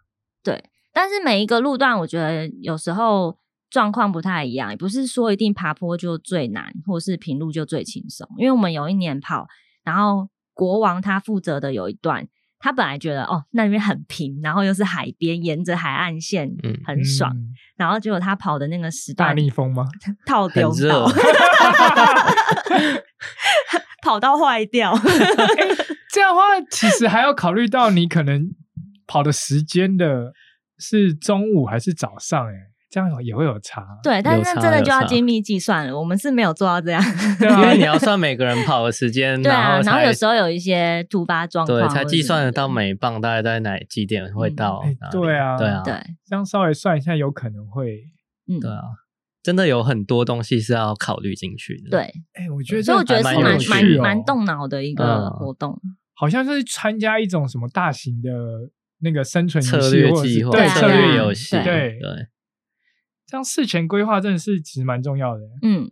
S3: 但是每一个路段，我觉得有时候状况不太一样，也不是说一定爬坡就最难，或是平路就最轻松。因为我们有一年跑，然后国王他负责的有一段，他本来觉得哦那边很平，然后又是海边，沿着海岸线，
S2: 嗯
S3: 很爽。
S1: 嗯
S3: 然后结果他跑的那个时
S1: 大
S3: 段
S1: 逆风吗？
S3: 套
S2: 很
S3: 丢
S2: 热
S3: 到， 跑到坏掉。
S1: 这样的话，其实还要考虑到你可能跑的时间的是中午还是早上、欸，这样也会有差。
S3: 对，但是那
S2: 差
S3: 真的
S2: 有
S3: 就要
S2: 差
S3: 精密计算了，我们是没有做 到这样。
S1: 对
S2: 因
S1: 啊
S2: 为你要算每个人跑的时间，
S3: 对啊，然后
S2: 才
S3: 有时候有一些突发状况，
S2: 对才计算得到。每棒大概在哪几点会到
S1: 嗯哎
S2: 哪里
S1: 对啊
S2: 对啊，
S3: 对，
S1: 这样稍微算一下，有可能会。
S3: 嗯，
S2: 对啊，真的有很多东西是要考虑进去的。，
S3: 对，
S1: 哎、我觉得这
S3: 所以我觉得
S2: 还
S3: 是
S2: 蛮
S3: 蛮
S2: 有趣
S3: 蛮
S2: 的哦
S3: 蛮动，脑的一个
S2: 嗯
S3: 活动。
S1: 好像是参加一种什么大型的那个生存游戏
S2: 策略
S1: 或者是
S2: 计划、
S1: 对
S3: 对
S2: 策略
S3: 啊
S2: 游戏，
S3: 对
S1: 对
S2: 对，
S1: 这样事前规划真的是其实蛮重要的。
S3: 嗯，
S1: 啊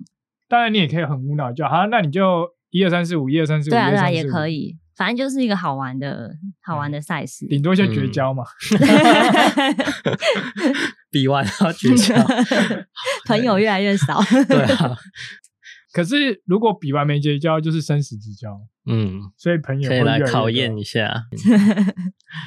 S1: 当然，你也可以很无脑就好，那你就一二三四五，一二三四五，
S3: 对啊，对啊，
S1: 12345
S3: 也可。以。反正就是一个好玩的好玩的赛事。
S1: 顶多就
S2: 嗯
S1: 绝交嘛。
S2: 比完要绝交，
S3: 朋友越来 越少，
S2: 对啊，
S1: 可是如果比完没绝交，就是生死之交，
S2: 嗯，
S1: 所以朋友
S2: 可
S1: 会
S2: 以
S1: 越来越
S2: 来考
S1: 多嗯
S2: 验，一下，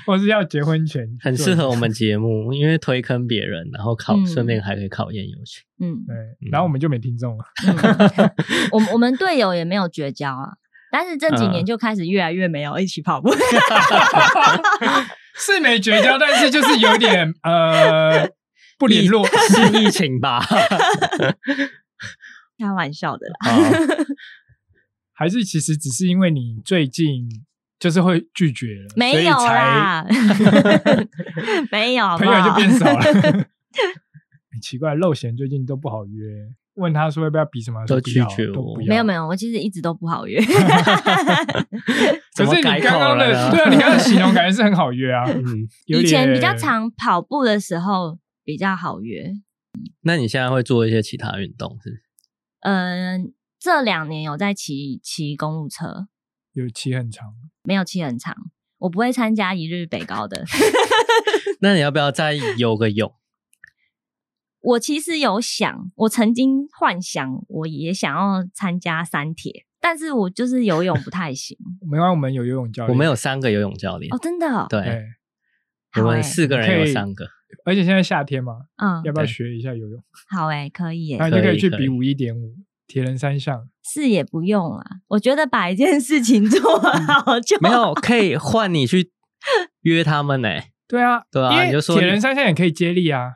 S1: 或是要结婚前
S2: 很
S1: 做
S2: 适合
S1: 的
S2: 我们节目，因为推坑别人，然后考，
S3: 嗯
S2: 顺便还可以考验友情。
S3: 嗯，
S1: 对，然后我们就没听众了。
S3: 嗯我们我们队友也没有绝交啊，但是这几
S2: 嗯
S3: 年就开始越来越没有一起跑 步。
S1: 是没绝交，但是就是有点呃不联络。
S2: 是疫情吧？
S3: 开玩笑的啦，
S2: 好
S1: 还是其实只是因为你最近就是会拒绝了，所
S3: 没
S1: 以
S3: 有
S1: 才
S3: 啦，没有好不
S1: 朋友
S3: 好
S1: 就变少了。很奇怪，肉贤最近都不好约，问他说要不要比什么，他说
S2: 都
S1: 不要
S2: 拒绝我
S1: 都不要
S3: 没有没有，我其实一直都不好约。
S1: 可是
S2: 怎么
S1: 你
S2: 改
S1: 刚
S2: 口
S1: 刚
S2: 了
S1: 的，
S2: 呢
S1: 对啊，你刚刚形容感觉是很好约啊，
S2: 嗯，
S1: 有
S3: 以前比较
S1: 点
S3: 常跑步的时候比较好约，
S2: 那你现在会做一些其他运动是不是？
S3: 嗯、这两年有在骑骑公路车，
S1: 有期很长。
S3: 没有骑很长。我不会参加一日北高 的，
S2: 那你要不要再游个泳？
S3: 我其实有想，我曾经幻想我也想要参加三铁，但是我就是游泳不 太行
S1: 没关系，我们有游泳教练，
S2: 我们有三个游泳教练
S3: 哦，，真的哦，
S2: 对，
S1: 对，
S2: 我
S3: 好欸
S2: 们四个人有三个，
S1: 而且现在夏天嘛，
S3: 嗯
S1: 要，不要
S2: 对
S1: 学一下游泳？
S3: 好哎、可以耶、
S1: 那你就可
S2: 可
S1: 以
S2: 以
S1: 去
S2: 可
S1: 比
S2: 以
S1: 五一点五铁人三项。
S3: 是也不用啦，我觉得把一件事情 做
S1: 嗯
S3: 好就
S2: 没有可以换你去约他们呢、
S1: 对啊，
S2: 对啊
S1: 因为
S2: 你就说
S1: 铁
S2: 你
S1: 人三项也可以接力啊，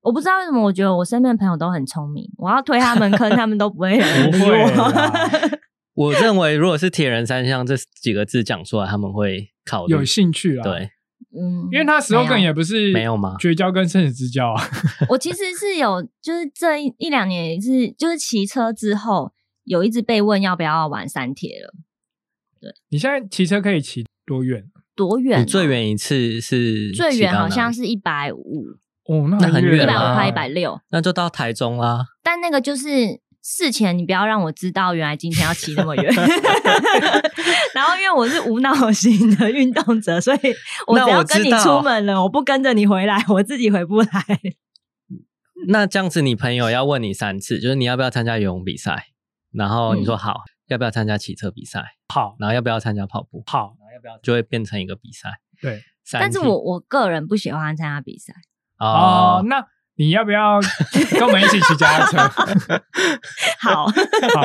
S3: 我不知道为什么，我觉得我身边的朋友都很聪明，我要推他们坑，他们都不会有 人理
S1: 不会
S3: 我。
S1: 啦
S2: 我认为如果是铁人三项这几个字讲出来，他们会考虑
S1: 有兴趣啦。，
S2: 对，
S3: 嗯，
S1: 因为他 slogan
S3: 没有
S1: 也不是
S2: 没有吗
S1: 绝交跟生死之交啊，
S3: 我其实是有，就是这一一两年也是，就是骑车之后有一直被问要不要玩三铁了，
S1: 你现在骑车可以骑多远？
S3: 多远、哦
S2: 你最。远一次是
S3: 最
S2: 骑
S3: 远
S2: 到
S3: 好
S2: 哪
S3: 像
S2: 里
S3: 是一百五、
S1: 哦，
S2: 那
S1: 很
S2: 很
S3: 一
S2: 远
S3: 百五
S2: 啊
S3: 快一百。六，
S2: 那就到台中啦。
S3: 但那个就是事前你不要让我知道，原来今天要骑那么远。 然后因为我是无脑型的运动 者，所以我
S2: 那
S3: 只要
S2: 我
S3: 跟
S2: 知
S3: 你
S2: 道
S3: 出门了，我不跟着你回来，我自己回不来。
S2: 那这样子，你朋友要问你三次，就是你要不要参加游泳比赛，然后你说好，要不要参加骑车比赛，
S1: 嗯好，
S2: 然后要不要参加跑步，
S1: 好，
S2: 就会变成一个比赛。
S1: 对
S2: 三
S3: 但
S2: 题，
S3: 是我我个人不喜欢参加比赛，
S1: 哦
S2: 哦，，
S1: 那你要不 要跟我们一起骑脚踏车？
S3: 好
S1: 好，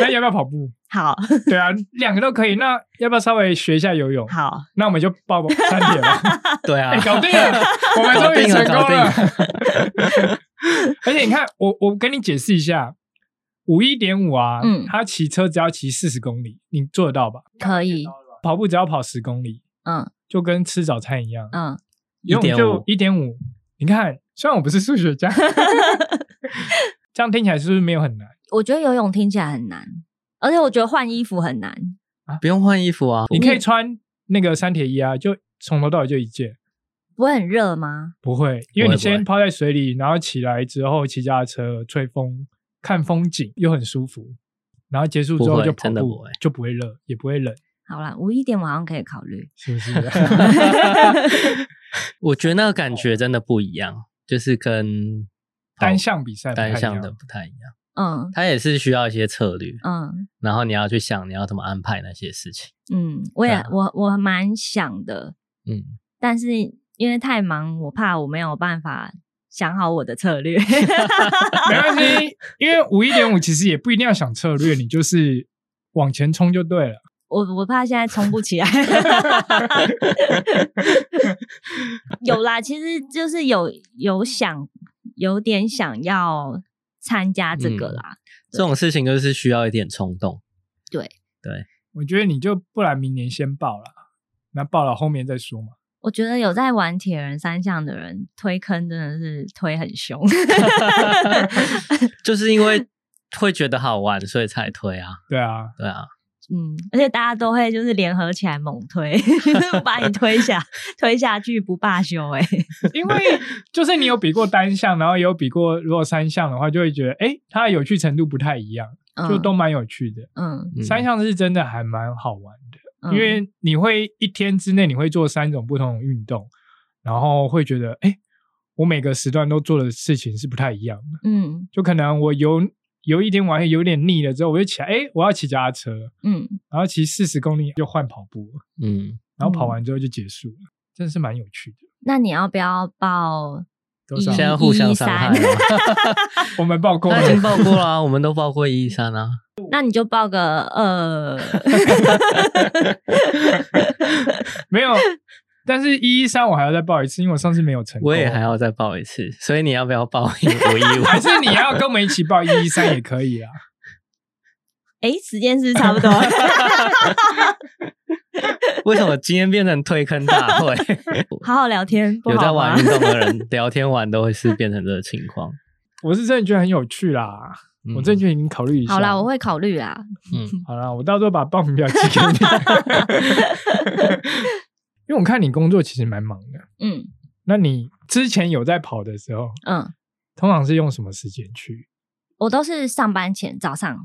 S1: 那要不要跑步？
S3: 好
S1: 对啊，两个都可以。那要不要稍微学一下游泳？
S3: 好，
S1: 那我们就报三铁 吧，
S2: 对啊
S1: 哎，搞定了，我们终于成
S2: 搞
S1: 功
S2: 定了
S1: 了
S2: 搞。
S1: 而且你看，我我跟你解释一下，五一点五啊，
S3: 嗯
S1: 他骑车只要骑四十公里，你做得到吧？
S3: 可以，
S1: 跑步只要跑十公里，
S3: 嗯
S1: 就跟吃早餐一样。
S3: 嗯，
S1: 游泳就
S2: 1.5
S1: 一点五，你看，虽然我不是数学 家，这样听起来是不是没有很难？
S3: 我觉得游泳听起来很难，而且我觉得换衣服很难。
S2: 不用换衣服啊，
S1: 你可以穿那个三铁衣啊，就从头到尾就一件。
S3: 不会很热吗？
S1: 不会，因为
S2: 不会
S1: 你
S2: 不
S1: 先
S2: 会
S1: 泡在水里，然后起来之后骑脚踏车吹风，看风景又很舒服，然后结束之
S2: 不
S1: 后
S2: 会
S1: 就跑
S2: 真的不
S1: 步
S2: 会，
S1: 就不会热，也不会冷，
S3: 好啦，五一点我好像可以考虑。
S1: 是 不是？
S2: 我觉得那个感觉真的不一样，就是跟哦
S1: 单项比赛不太一
S2: 单
S1: 样
S2: 项的不太一样，
S3: 嗯
S2: 它也是需要一些策略，
S3: 嗯
S2: 然后你要去想你要怎么安排那些事情。
S3: 嗯，我也、
S2: 对啊
S3: 我我蛮想的，
S2: 嗯，
S3: 但是因为太忙，我怕我没有办法想好我的 策略。
S1: 没关系，因为五一点五其实也不一定要想策略，你就是往前冲就对了。
S3: 我我怕现在冲 不起来。有啦，其实就是有有想，有点想要参加这个
S2: 嗯
S3: 啦。
S2: 这种事情就是需要一点冲动。
S1: 我觉得你就不然明年先报了，那报了后面再说嘛。
S3: 我觉得有在玩铁人三项的人推坑真的是推很凶，
S2: 就是因为会觉得好玩，所以才推啊，
S1: 对啊，
S2: 对啊，
S3: 嗯，而且大家都会就是联合起来猛推， 把你推下推下去不罢休、欸，哎，
S1: 因为就是你有比过单项，然后也有比过如果三项的话，就会觉得哎，诶它的有趣程度不太一样，就都蛮有趣的。
S3: 嗯
S2: 嗯
S1: 三项是真的还蛮好玩的，
S3: 嗯嗯
S1: 因为你会一天之内你会做三种不同的运动，然后会觉得，哎、我每个时段都做的事情是不太一样的。
S3: 嗯
S1: 就可能我游游一天玩有点腻了之后，我就起来，哎、我要骑脚踏车，
S3: 嗯，
S1: 然后骑四十公里就换跑步了，
S2: 嗯，
S1: 然后跑完之后就结束了，真的是蛮有趣的。
S3: 那你要不要报
S1: 都
S3: 一
S1: 是
S2: 现在互相伤害了，
S1: 我们报过
S2: 他已
S1: 了
S2: 经报过了啊、我们都报过一一三啊。
S3: 那你就报个 呃，
S1: 没有？但是一一三我还要再报一次，因为我上次没有成功。
S2: 我也还要再报一次，所以你要不要报一五一五？
S1: 还是你要跟我们一起报一一三也可以啊。
S3: 哎，时间是不是差不多。
S2: 为什么今天变成推坑大 会？
S3: 好好聊天，不
S2: 有在
S3: 好吗
S2: 玩运？动的人聊天完都会是变成这个情况。
S1: 我是真的觉得很有趣啦，
S2: 嗯
S1: 我真的觉得你考虑一下。
S3: 好啦，我会考虑啊啦。
S2: 嗯，
S1: 好啦，我到时候把报名表寄给你。因为我看你工作其实蛮忙的，
S3: 嗯
S1: 那你之前有在跑的时候，
S3: 嗯，
S1: 通常是用什么时间去？
S3: 我都是上班前早上，
S1: 哦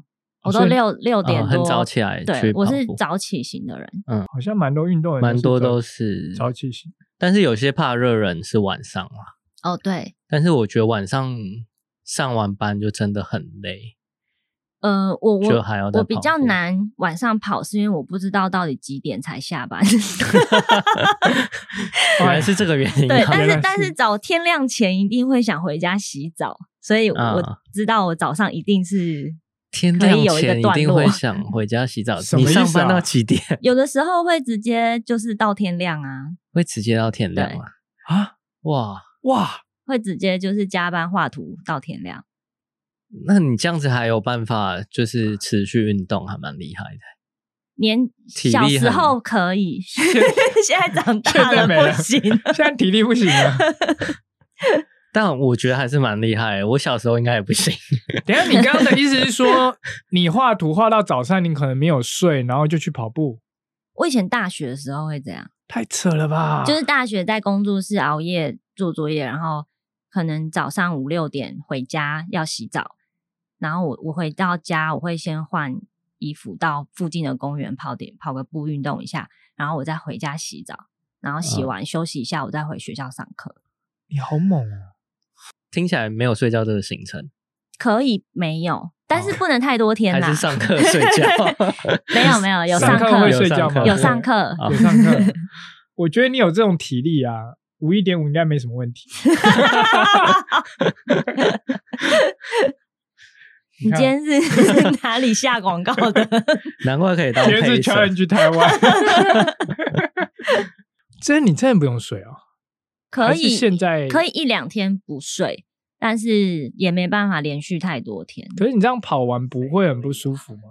S3: 我都
S1: 所以
S3: 六六点
S2: 哦
S3: 多
S2: 很早起来去
S3: 对，
S2: 跑
S3: 我是
S2: 步
S3: 早起型的人。
S1: 好像蛮多运动人
S2: 蛮多都
S1: 是
S2: 是
S1: 早起型，
S2: 但是有些怕热人是晚上啊。
S3: 哦，对，
S2: 但是我觉得晚上上完班就真的很累，
S3: 呃，我
S2: 就
S3: 我
S2: 还要再
S3: 我比
S2: 跑
S3: 较
S2: 步。
S3: 难晚上跑，是因为我不知道到底几点才 下班。
S1: 哎
S2: 原来是这个原因
S3: 对，
S2: 啊。
S3: 但
S1: 原来
S3: 是
S1: 是
S3: 但是早天亮前一定会想回家洗澡，所以
S2: 啊
S3: 我知道我早上一定是
S2: 天
S3: 可
S2: 亮
S3: 以有一
S2: 前
S3: 个
S2: 一
S3: 段
S2: 定
S3: 落
S2: 会。想回家洗澡。
S1: 什么
S2: 你
S1: 意思啊
S2: 上班到几点？
S3: 有的时候会直接就是到天亮啊，
S2: 会直接到天亮啊？
S1: 啊，
S2: 哇，
S1: 哇，
S3: 会直接就是加班画图到天亮。
S2: 那你这样子还有办法就是持续运动，还蛮厉害的。
S3: 年
S2: 体力
S3: 小时
S2: 很
S3: 候可以，现在长
S1: 现
S3: 大
S1: 在
S3: 了
S1: 没了
S3: 不行。
S1: 现 在体力不行了。
S2: 但我觉得还是蛮厉害的。我小时候应该也不行，
S1: 等一下，你刚刚的意思是说，你画图画到早上，你可能没有睡，然后就去跑步，
S3: 我以前大学的时候会这样，
S1: 太扯了吧？
S3: 就是大学在工作室熬夜做作业，然后可能早上五六点回家要洗澡，然后我我回到家我会先换衣服到附近的公园跑点跑个步运动一下，然后我再回家洗澡，然后洗
S2: 嗯
S3: 完休息一下，我再回学校上课。
S1: 你好猛啊！
S2: 听起来没有睡觉这个行程，
S3: 可以没有，但
S1: 哦
S3: 是不能太 多天
S2: 还
S3: 啦。
S2: 是上课睡觉。
S3: 没有没有，有
S1: 上
S3: 上
S1: 课
S3: 课
S1: 会睡觉吗？
S3: 有上课，
S2: 啊
S1: 有上课。我觉得你有这种体力啊，五一点五应该没什么问题。
S3: 你今天是 哪里下广告的？
S2: 难怪可以当
S1: 今天
S2: 陪
S1: 是
S2: 审
S1: challenge 去台湾，这你真的不用睡哦。
S3: 可
S1: 还是
S3: 以，
S1: 现在
S3: 可以一两天不睡，但是也没办法连续太多天。
S1: 可是你这样跑完不会很不舒 服吗？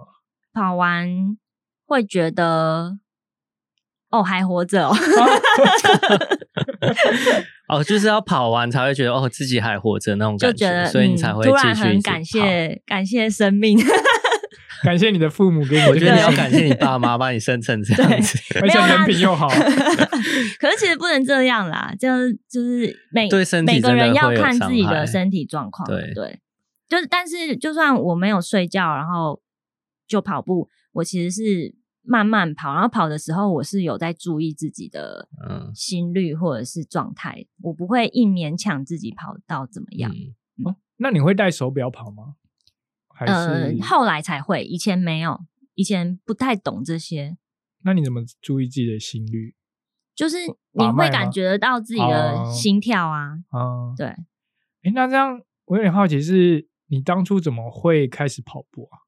S3: 跑完会觉得，哦，还活着哦，
S1: 啊
S2: 哦，就是要跑完才会觉得哦自己还活着那种
S3: 就
S2: 感
S3: 觉得
S2: 所以你
S3: 嗯
S2: 才会
S3: 突
S2: 继
S3: 然
S2: 续一直
S3: 很
S2: 跑
S3: 感。谢感谢生命。
S1: 感谢你的父母给你这个
S2: 我觉得你要
S1: 信
S2: 感谢你爸 妈把你生成这样子，
S1: 而且
S3: 没有啦
S1: 人品又好，
S2: 啊
S3: 可是其实不能这样啦，就是就是每
S2: 对身体
S3: 每个人
S2: 真的
S3: 要
S2: 会有
S3: 看
S2: 伤
S3: 自己
S2: 害
S3: 的身体状况，
S2: 对
S3: 就是但是就算我没有睡觉，然后就跑步，我其实是慢慢跑，然后跑的时候我是有在注意自己的
S2: 嗯
S3: 心率或者是状态，我不会硬勉强自己跑到怎么样，
S2: 嗯
S1: 那你会戴手表跑吗？还是
S3: 呃，后来才会，以前没有，以前不太懂这些，
S1: 那你怎么注意自己的心率
S3: 就是你
S1: 把脉
S3: 会
S1: 吗
S3: 感觉得到自己的
S1: 哦
S3: 心跳啊，
S1: 啊？
S3: 对。
S1: 哎，那这样我有点好奇是，你当初怎么会开始跑步啊？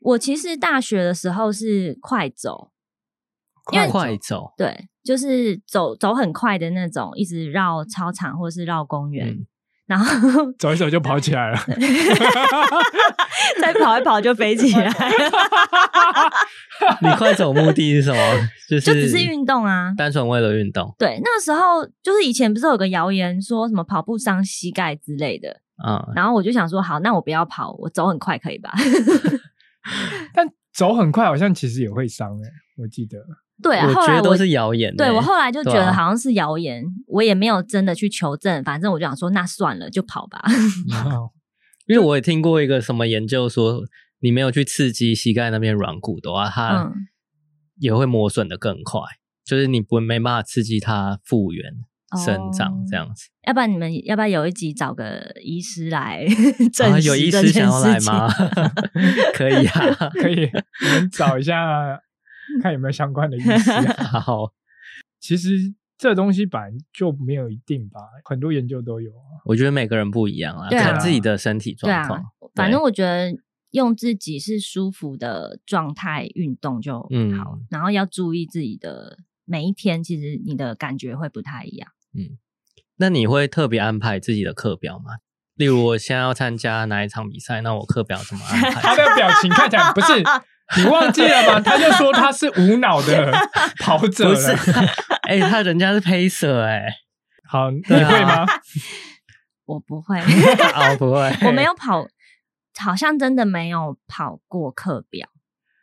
S3: 我其实大学的时候是快走，因为
S2: 快走，
S3: 对，就是走走很快的那种，一直绕操场或是绕公园，
S2: 嗯
S3: 然后
S1: 走一走就跑起来 了，
S3: 再跑一跑就飞起来，
S2: 你快走目的是什么？ 就是
S3: 就只是运动啊。
S2: 单纯为了运动
S3: 对，那时候就是以前不是有个谣言说什么跑步伤膝盖之类的，
S2: 啊。
S3: 然后我就想说，好，那我不要跑，我走很快可以吧？
S1: 但走很快好像其实也会伤哎、我记 得
S3: 对啊，
S2: 我
S3: 后
S2: 觉
S3: 来
S2: 得
S3: 我
S2: 都是谣言欸。
S3: 对我后来就觉
S2: 对
S3: 得
S2: 啊
S3: 好像是谣言，我也没有真的去求证，反正我就想说，那算了，就跑吧。
S1: 哦
S2: 因为我也听过啊一个什么研究说，你没有去刺激膝盖那边软骨的话，它
S3: 嗯
S2: 也会磨损的更快，就是你不没办法刺激它复原
S3: 哦
S2: 生长这样子。
S3: 要不然你们要不要有一集找个医师
S2: 啊，
S3: 来 证
S2: 有
S3: 实
S2: 医
S3: 这
S2: 师想
S3: 件
S2: 要来
S3: 事情？
S2: 吗？ 可以啊，
S1: 可以，我们找一下，看有没有相关的意思、啊。
S2: 好，
S1: 其实这东西本来就没有一定吧，很多研究都有啊。
S2: 我觉得每个人不一样啊，
S3: 对啊
S2: 看自己的身体
S3: 对
S2: 状
S3: 啊
S2: 况。，
S3: 反正我觉得用自己是舒服的状态运动就好，
S2: 嗯
S3: 然后要注意自己的每一天，其实你的感觉会不太一样。
S2: 那你会特别安排自己的课表吗？例如我现在要参加哪一场比赛，那我课表怎么安
S1: 他
S2: 排？
S1: 的表情看起来不是你忘记了吗？他就说他是无脑 的跑者
S2: 不是
S1: 了。，
S2: 哎、他人家是 pacer 哎、
S1: 好，你
S2: 对啊
S1: 会吗？
S3: 我 不会，
S2: 哦不会，
S3: 我没有跑，好像真的没有跑过课表。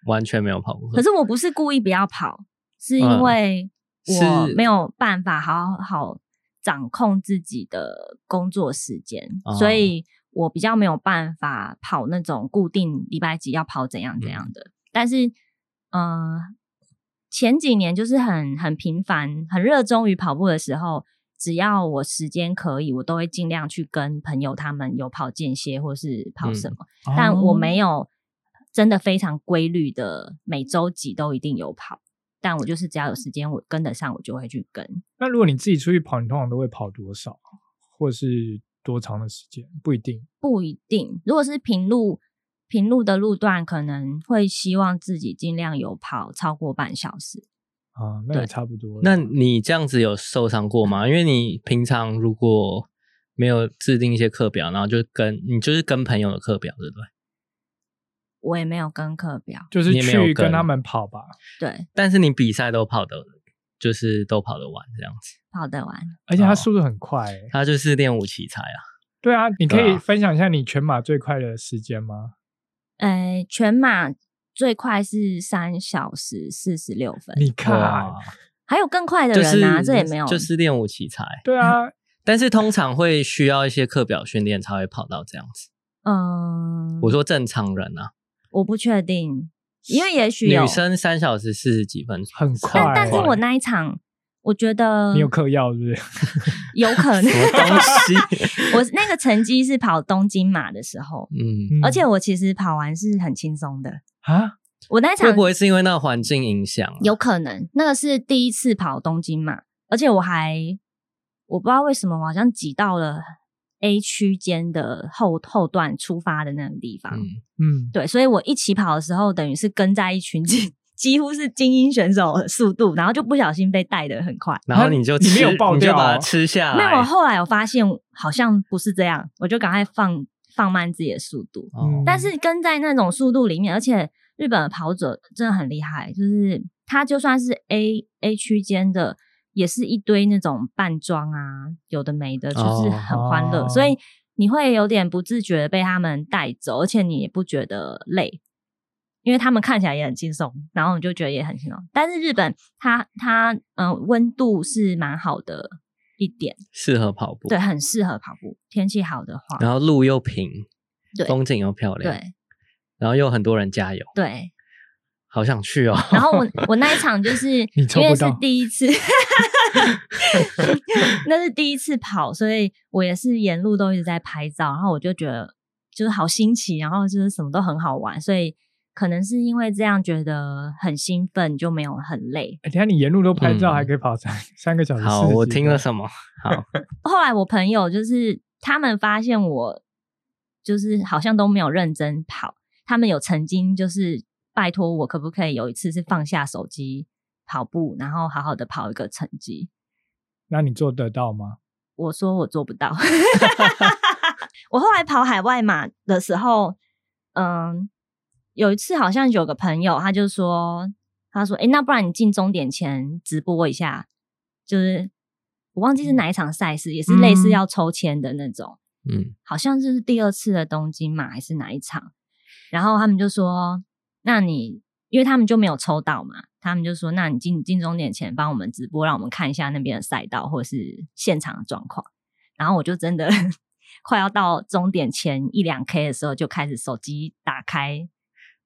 S2: 完全没有跑过
S3: 可
S2: 课，
S3: 是我不是故意不要跑，是因
S2: 嗯
S3: 为我
S2: 是
S3: 没有办法好好掌控自己的工作时间，
S2: 哦
S3: 所以我比较没有办法跑那种固定礼拜几要跑怎
S2: 嗯
S3: 样怎样的。但是，呃，前几年就是很很频繁、很热衷于跑步的时候。只要我时间可以，我都会尽量去跟朋友他们有跑间歇或是跑什
S2: 嗯
S3: 么。 但我
S1: 哦
S3: 没有真的非常规律的每周几都一定有跑，但我就是只要有时间，我跟得上，我就会去跟。
S1: 那如果你自己出去跑，你通常都会跑多少，或是多长的时间？不一定。
S3: 不一定，如果是平路平路的路段，可能会希望自己尽量有跑超过半小时。
S1: 啊，那也
S3: 对
S1: 差不多了。
S2: 那你这样子有受伤过吗？因为你平常如果没有制定一些课表，然后就跟你就是跟朋友的课表，对不对？
S3: 我也没有跟课表，
S1: 就是
S2: 你也没有
S1: 去跟
S2: 跟
S1: 他们跑吧，
S3: 对，
S2: 但是你比赛都跑得，就是都跑得完这样子。
S3: 跑得完。
S1: 而且他
S2: 哦
S1: 速度很快、欸。
S2: 他就是练武奇才啊，
S1: 对啊，你可
S2: 对
S1: 以
S2: 啊
S1: 分享一下你全马最快的时间吗？
S3: 呃，全马最快是三小时四十六
S2: 啊
S3: 分，
S1: 你看
S2: 哇，
S3: 还有更快的
S2: 就是
S3: 人啊，这也没有，
S2: 就是练武奇才。
S1: 对啊，
S3: 嗯
S2: 但是通常会需要一些课表训练才会跑到这样子。
S3: 嗯，
S2: 我说正常人啊，
S3: 我不确定，因为也许有
S2: 女生三小时四十几分，
S1: 很快
S3: 但但是
S1: 快
S3: 我那一场，我觉得
S1: 你有嗑药是不是？
S3: 有可能
S2: 什么，东 西？
S3: 我那个成绩是跑东京马的时候，
S2: 嗯，
S3: 而且我其实跑完是很轻松的。
S1: 啊，
S3: 我那一场
S2: 会不会是因为那个环境影响啊、
S3: 有可能那个是第一次跑东京马，而且我还我不知道为什么我好像挤到了 A 区间的后后段出发的那个地方，
S1: 嗯，
S2: 嗯，
S3: 对，所以我一起跑的时候，等于是跟在一群 几几乎是精英选手的速度，然后就不小心被带得很快。
S2: 然后你就
S1: 你
S2: 吃，
S1: 没有爆
S2: 你就
S1: 掉
S2: 把
S1: 啊
S2: 它吃下
S3: 没
S2: 来。
S3: 有，我后来我发现好像不是这样，我就赶快放放慢自己的速度。
S2: 哦
S3: 嗯但是跟在那种速度里面，而且日本的跑者真的很厉害，就是他就算是 A A 区间的，也是一堆那种扮装啊，有的没的，就是很欢乐，
S1: 哦
S3: 所以你会有点不自觉的被他们带走，而且你也不觉得累。因为他们看起来也很轻松，然后你就觉得也很轻松。但是日本它它嗯、呃温度是蛮好的一点，
S2: 适合跑步，
S3: 对，，很适合跑步。天气好的
S1: 哦
S3: 话，
S2: 然后路又平，
S3: 对
S2: 风景又漂亮，
S3: 对
S2: 然后又很多人加油，
S3: 对，
S2: 好想去哦。
S3: 然后我我那一场就是
S1: 你抽
S3: 因为
S1: 不
S3: 是
S1: 到
S3: 第 一次，那是第一次跑，所以我也是沿路都一直在拍照，然后我就觉得就是好新奇，然后就是什么都很好玩，所以可能是因为这样觉得很兴奋，就没有很累。
S1: 哎等一下你沿路都拍照，
S2: 嗯
S1: 还可以跑三三个小时。
S2: 好，
S1: 40
S2: 我
S1: 几
S2: 听
S1: 分
S2: 了什么？ 好，
S3: 后来我朋友就是他们发现我就是好像都没有认真跑，他们有曾经就是拜托我可不可以有一次是放下手机跑步，然后好好的跑一个成绩。
S1: 那你做得到吗？
S3: 我说我做不到。 我后来跑海外马的时候，嗯，有一次好像有个朋友，他就说，他说，诶，那不然你进终点前直播一下，就是我忘记是哪一场赛事，也是类似要抽签的那种，
S2: 嗯，
S3: 好像就是第二次的东京马还是哪一场，然后他们就说，那你因为他们就没有抽到嘛，他们就说，那你进进终点前帮我们直播，让我们看一下那边的赛道或者是现场的状况。然后我就真的 快要到终点前一两 K 的时候，就开始手机打开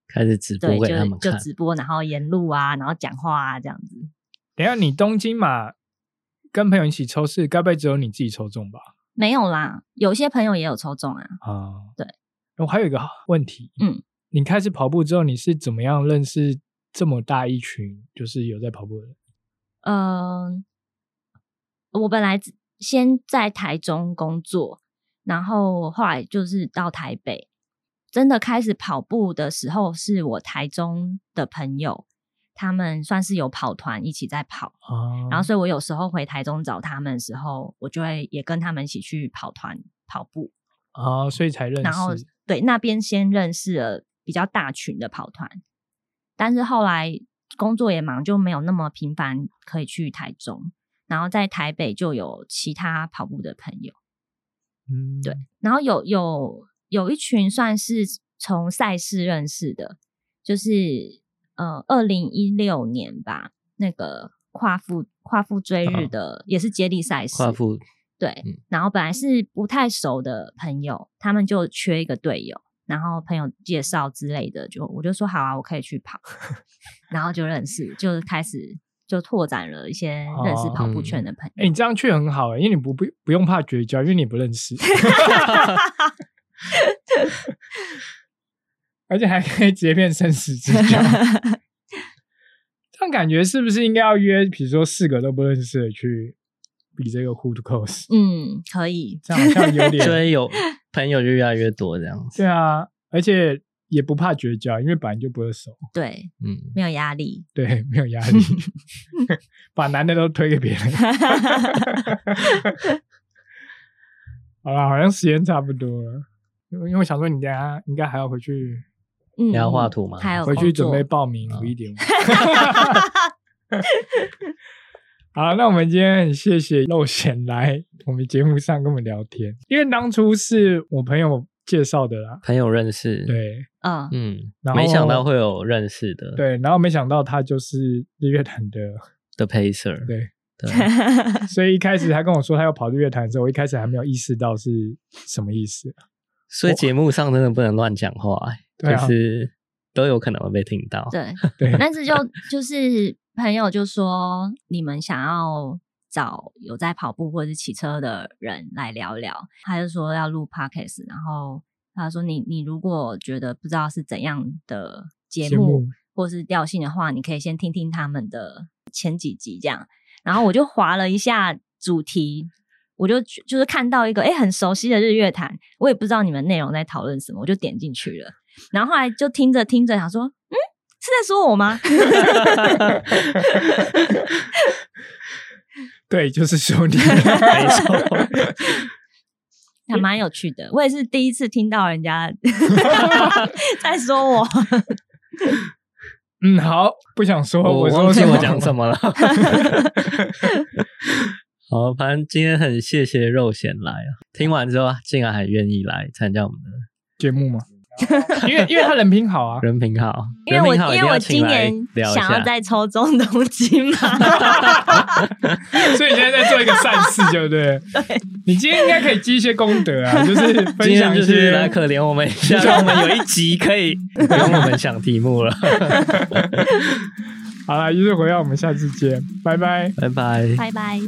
S2: 开始直播
S3: 对，
S2: 给他
S3: 就
S2: 们
S3: 就
S2: 看。
S3: 直播，然后沿路啊，然后讲话啊，这样子。
S1: 等一下你东京嘛，跟朋友一起抽是，该不会只有你自己抽中吧？
S3: 没有啦，有些朋友也有抽中啊。
S1: 啊，
S3: 对。
S1: 我还有一个问题，
S3: 嗯，
S1: 你开始跑步之后，你是怎么样认识这么大一群就是有在跑步的人？
S3: 嗯，我本来只先在台中工作，然后后来就是到台北。真的开始跑步的时候，是我台中的朋友，他们算是有跑团一起在跑，
S1: 啊
S3: 然后所以我有时候回台中找他们的时候，我就会也跟他们一起去跑团跑步。
S1: 啊，所以才认识。
S3: 然后对那边先认识了比较大群的跑团，但是后来工作也忙，就没有那么频繁可以去台中。然后在台北就有其他跑步的朋友，
S1: 嗯，
S3: 对，然后有有有一群算是从赛事认识的，就是呃，二零一六年吧，那个跨富跨富追日
S2: 哦
S3: 的、也是接力赛事，
S2: 跨父
S3: 对，
S2: 嗯
S3: 然后本来是不太熟的朋友，他们就缺一个队友，然后朋友介绍之类的，就我就说好啊，我可以去 跑，然后就认识，就是开始就拓展了一些认识跑步圈
S2: 哦
S3: 的朋
S2: 嗯
S1: 哎、
S3: 友。
S1: 你这样去很好、欸，因为你不不不用怕绝交，因为你不认识，而且还可以直接变生死之交。这样感觉是不是应该要约，比如说四个都不认识的去比这个 Who to Close？
S3: 嗯，可以，
S1: 这样好像有 点
S2: 所以有朋友就越来越多这样子。
S1: 对啊，而且也不怕绝交，因为本来就不会熟，
S3: 对，
S2: 嗯，
S3: 没有压力。
S1: 对，没有压 力，把男的都推给别人。 好啦，好像时间差不多了，因为因为我想说你等一下应该还要回去
S3: 嗯，
S2: 你要画图吗
S3: 还有
S1: 回去准备
S3: 工
S1: 报名
S2: 啊
S1: 五一点 五。好，那我们今天很谢谢肉显来我们节目上跟我们聊天，因为当初是我朋友介绍的啦，
S2: 朋友认识，，
S1: 对
S3: 作，嗯，
S2: 嗯
S1: 然，后
S2: 没想到会有认识的，
S1: 对，然后没想到他就是日月潭的，
S2: 的 pacer，
S1: 对，
S2: 对，啊 嗯
S1: 所以一开始他跟我说他要跑日月潭的时候，我一开始还没有意识到是什么意思。
S2: 所以节目上真的不能乱讲话、欸
S1: 对啊
S2: 就是都有可能会被听到。
S3: 对，
S1: 对，
S3: 但是就就是朋友就说你们想要找有在跑步或者是骑车的人来聊聊，他就说要录 podcast，然后他说你你如果觉得不知道是怎样的节
S1: 节
S3: 目
S1: 目
S3: 或是调性的话，你可以先听听他们的前几集这样。然后我就划了一下主题。我就就是看到一个哎、诶很熟悉的日月潭，我也不知道你们内容在讨论什么，我就点进去了。然后后来就听着听着，想说嗯是在说我吗？
S1: 对，就是说你
S2: 没 错，
S3: 还蛮有趣的。我也是第一次听到人家 在说我，
S1: 嗯，好，不想说，
S2: 哦我
S1: 说
S2: 忘记
S1: 什
S2: 我
S1: 么
S2: 讲什么了。 好，反正今天很谢谢肉贤来啊，听完之后竟然还愿意来参加我们的
S1: 节目吗？因为因为他人品好啊，
S2: 人品好，
S3: 因为我
S2: 人品好一
S3: 因
S2: 定
S3: 为
S2: 要
S3: 我
S2: 请
S3: 今
S2: 来
S3: 年
S2: 聊一
S3: 想要
S2: 下。
S3: 再抽中东京 嘛，
S1: 所以你现在在做一个善事，对不对？你今天应该可以积一些功德啊，就是
S2: 今
S1: 分
S2: 天
S1: 享
S2: 就
S1: 一
S2: 是
S1: 些
S2: 来可怜我们一下，让我 们有一集可以不用我们想题目了。
S1: 好了，一日回到我们下次见，拜拜。
S2: 拜拜。
S3: 拜拜。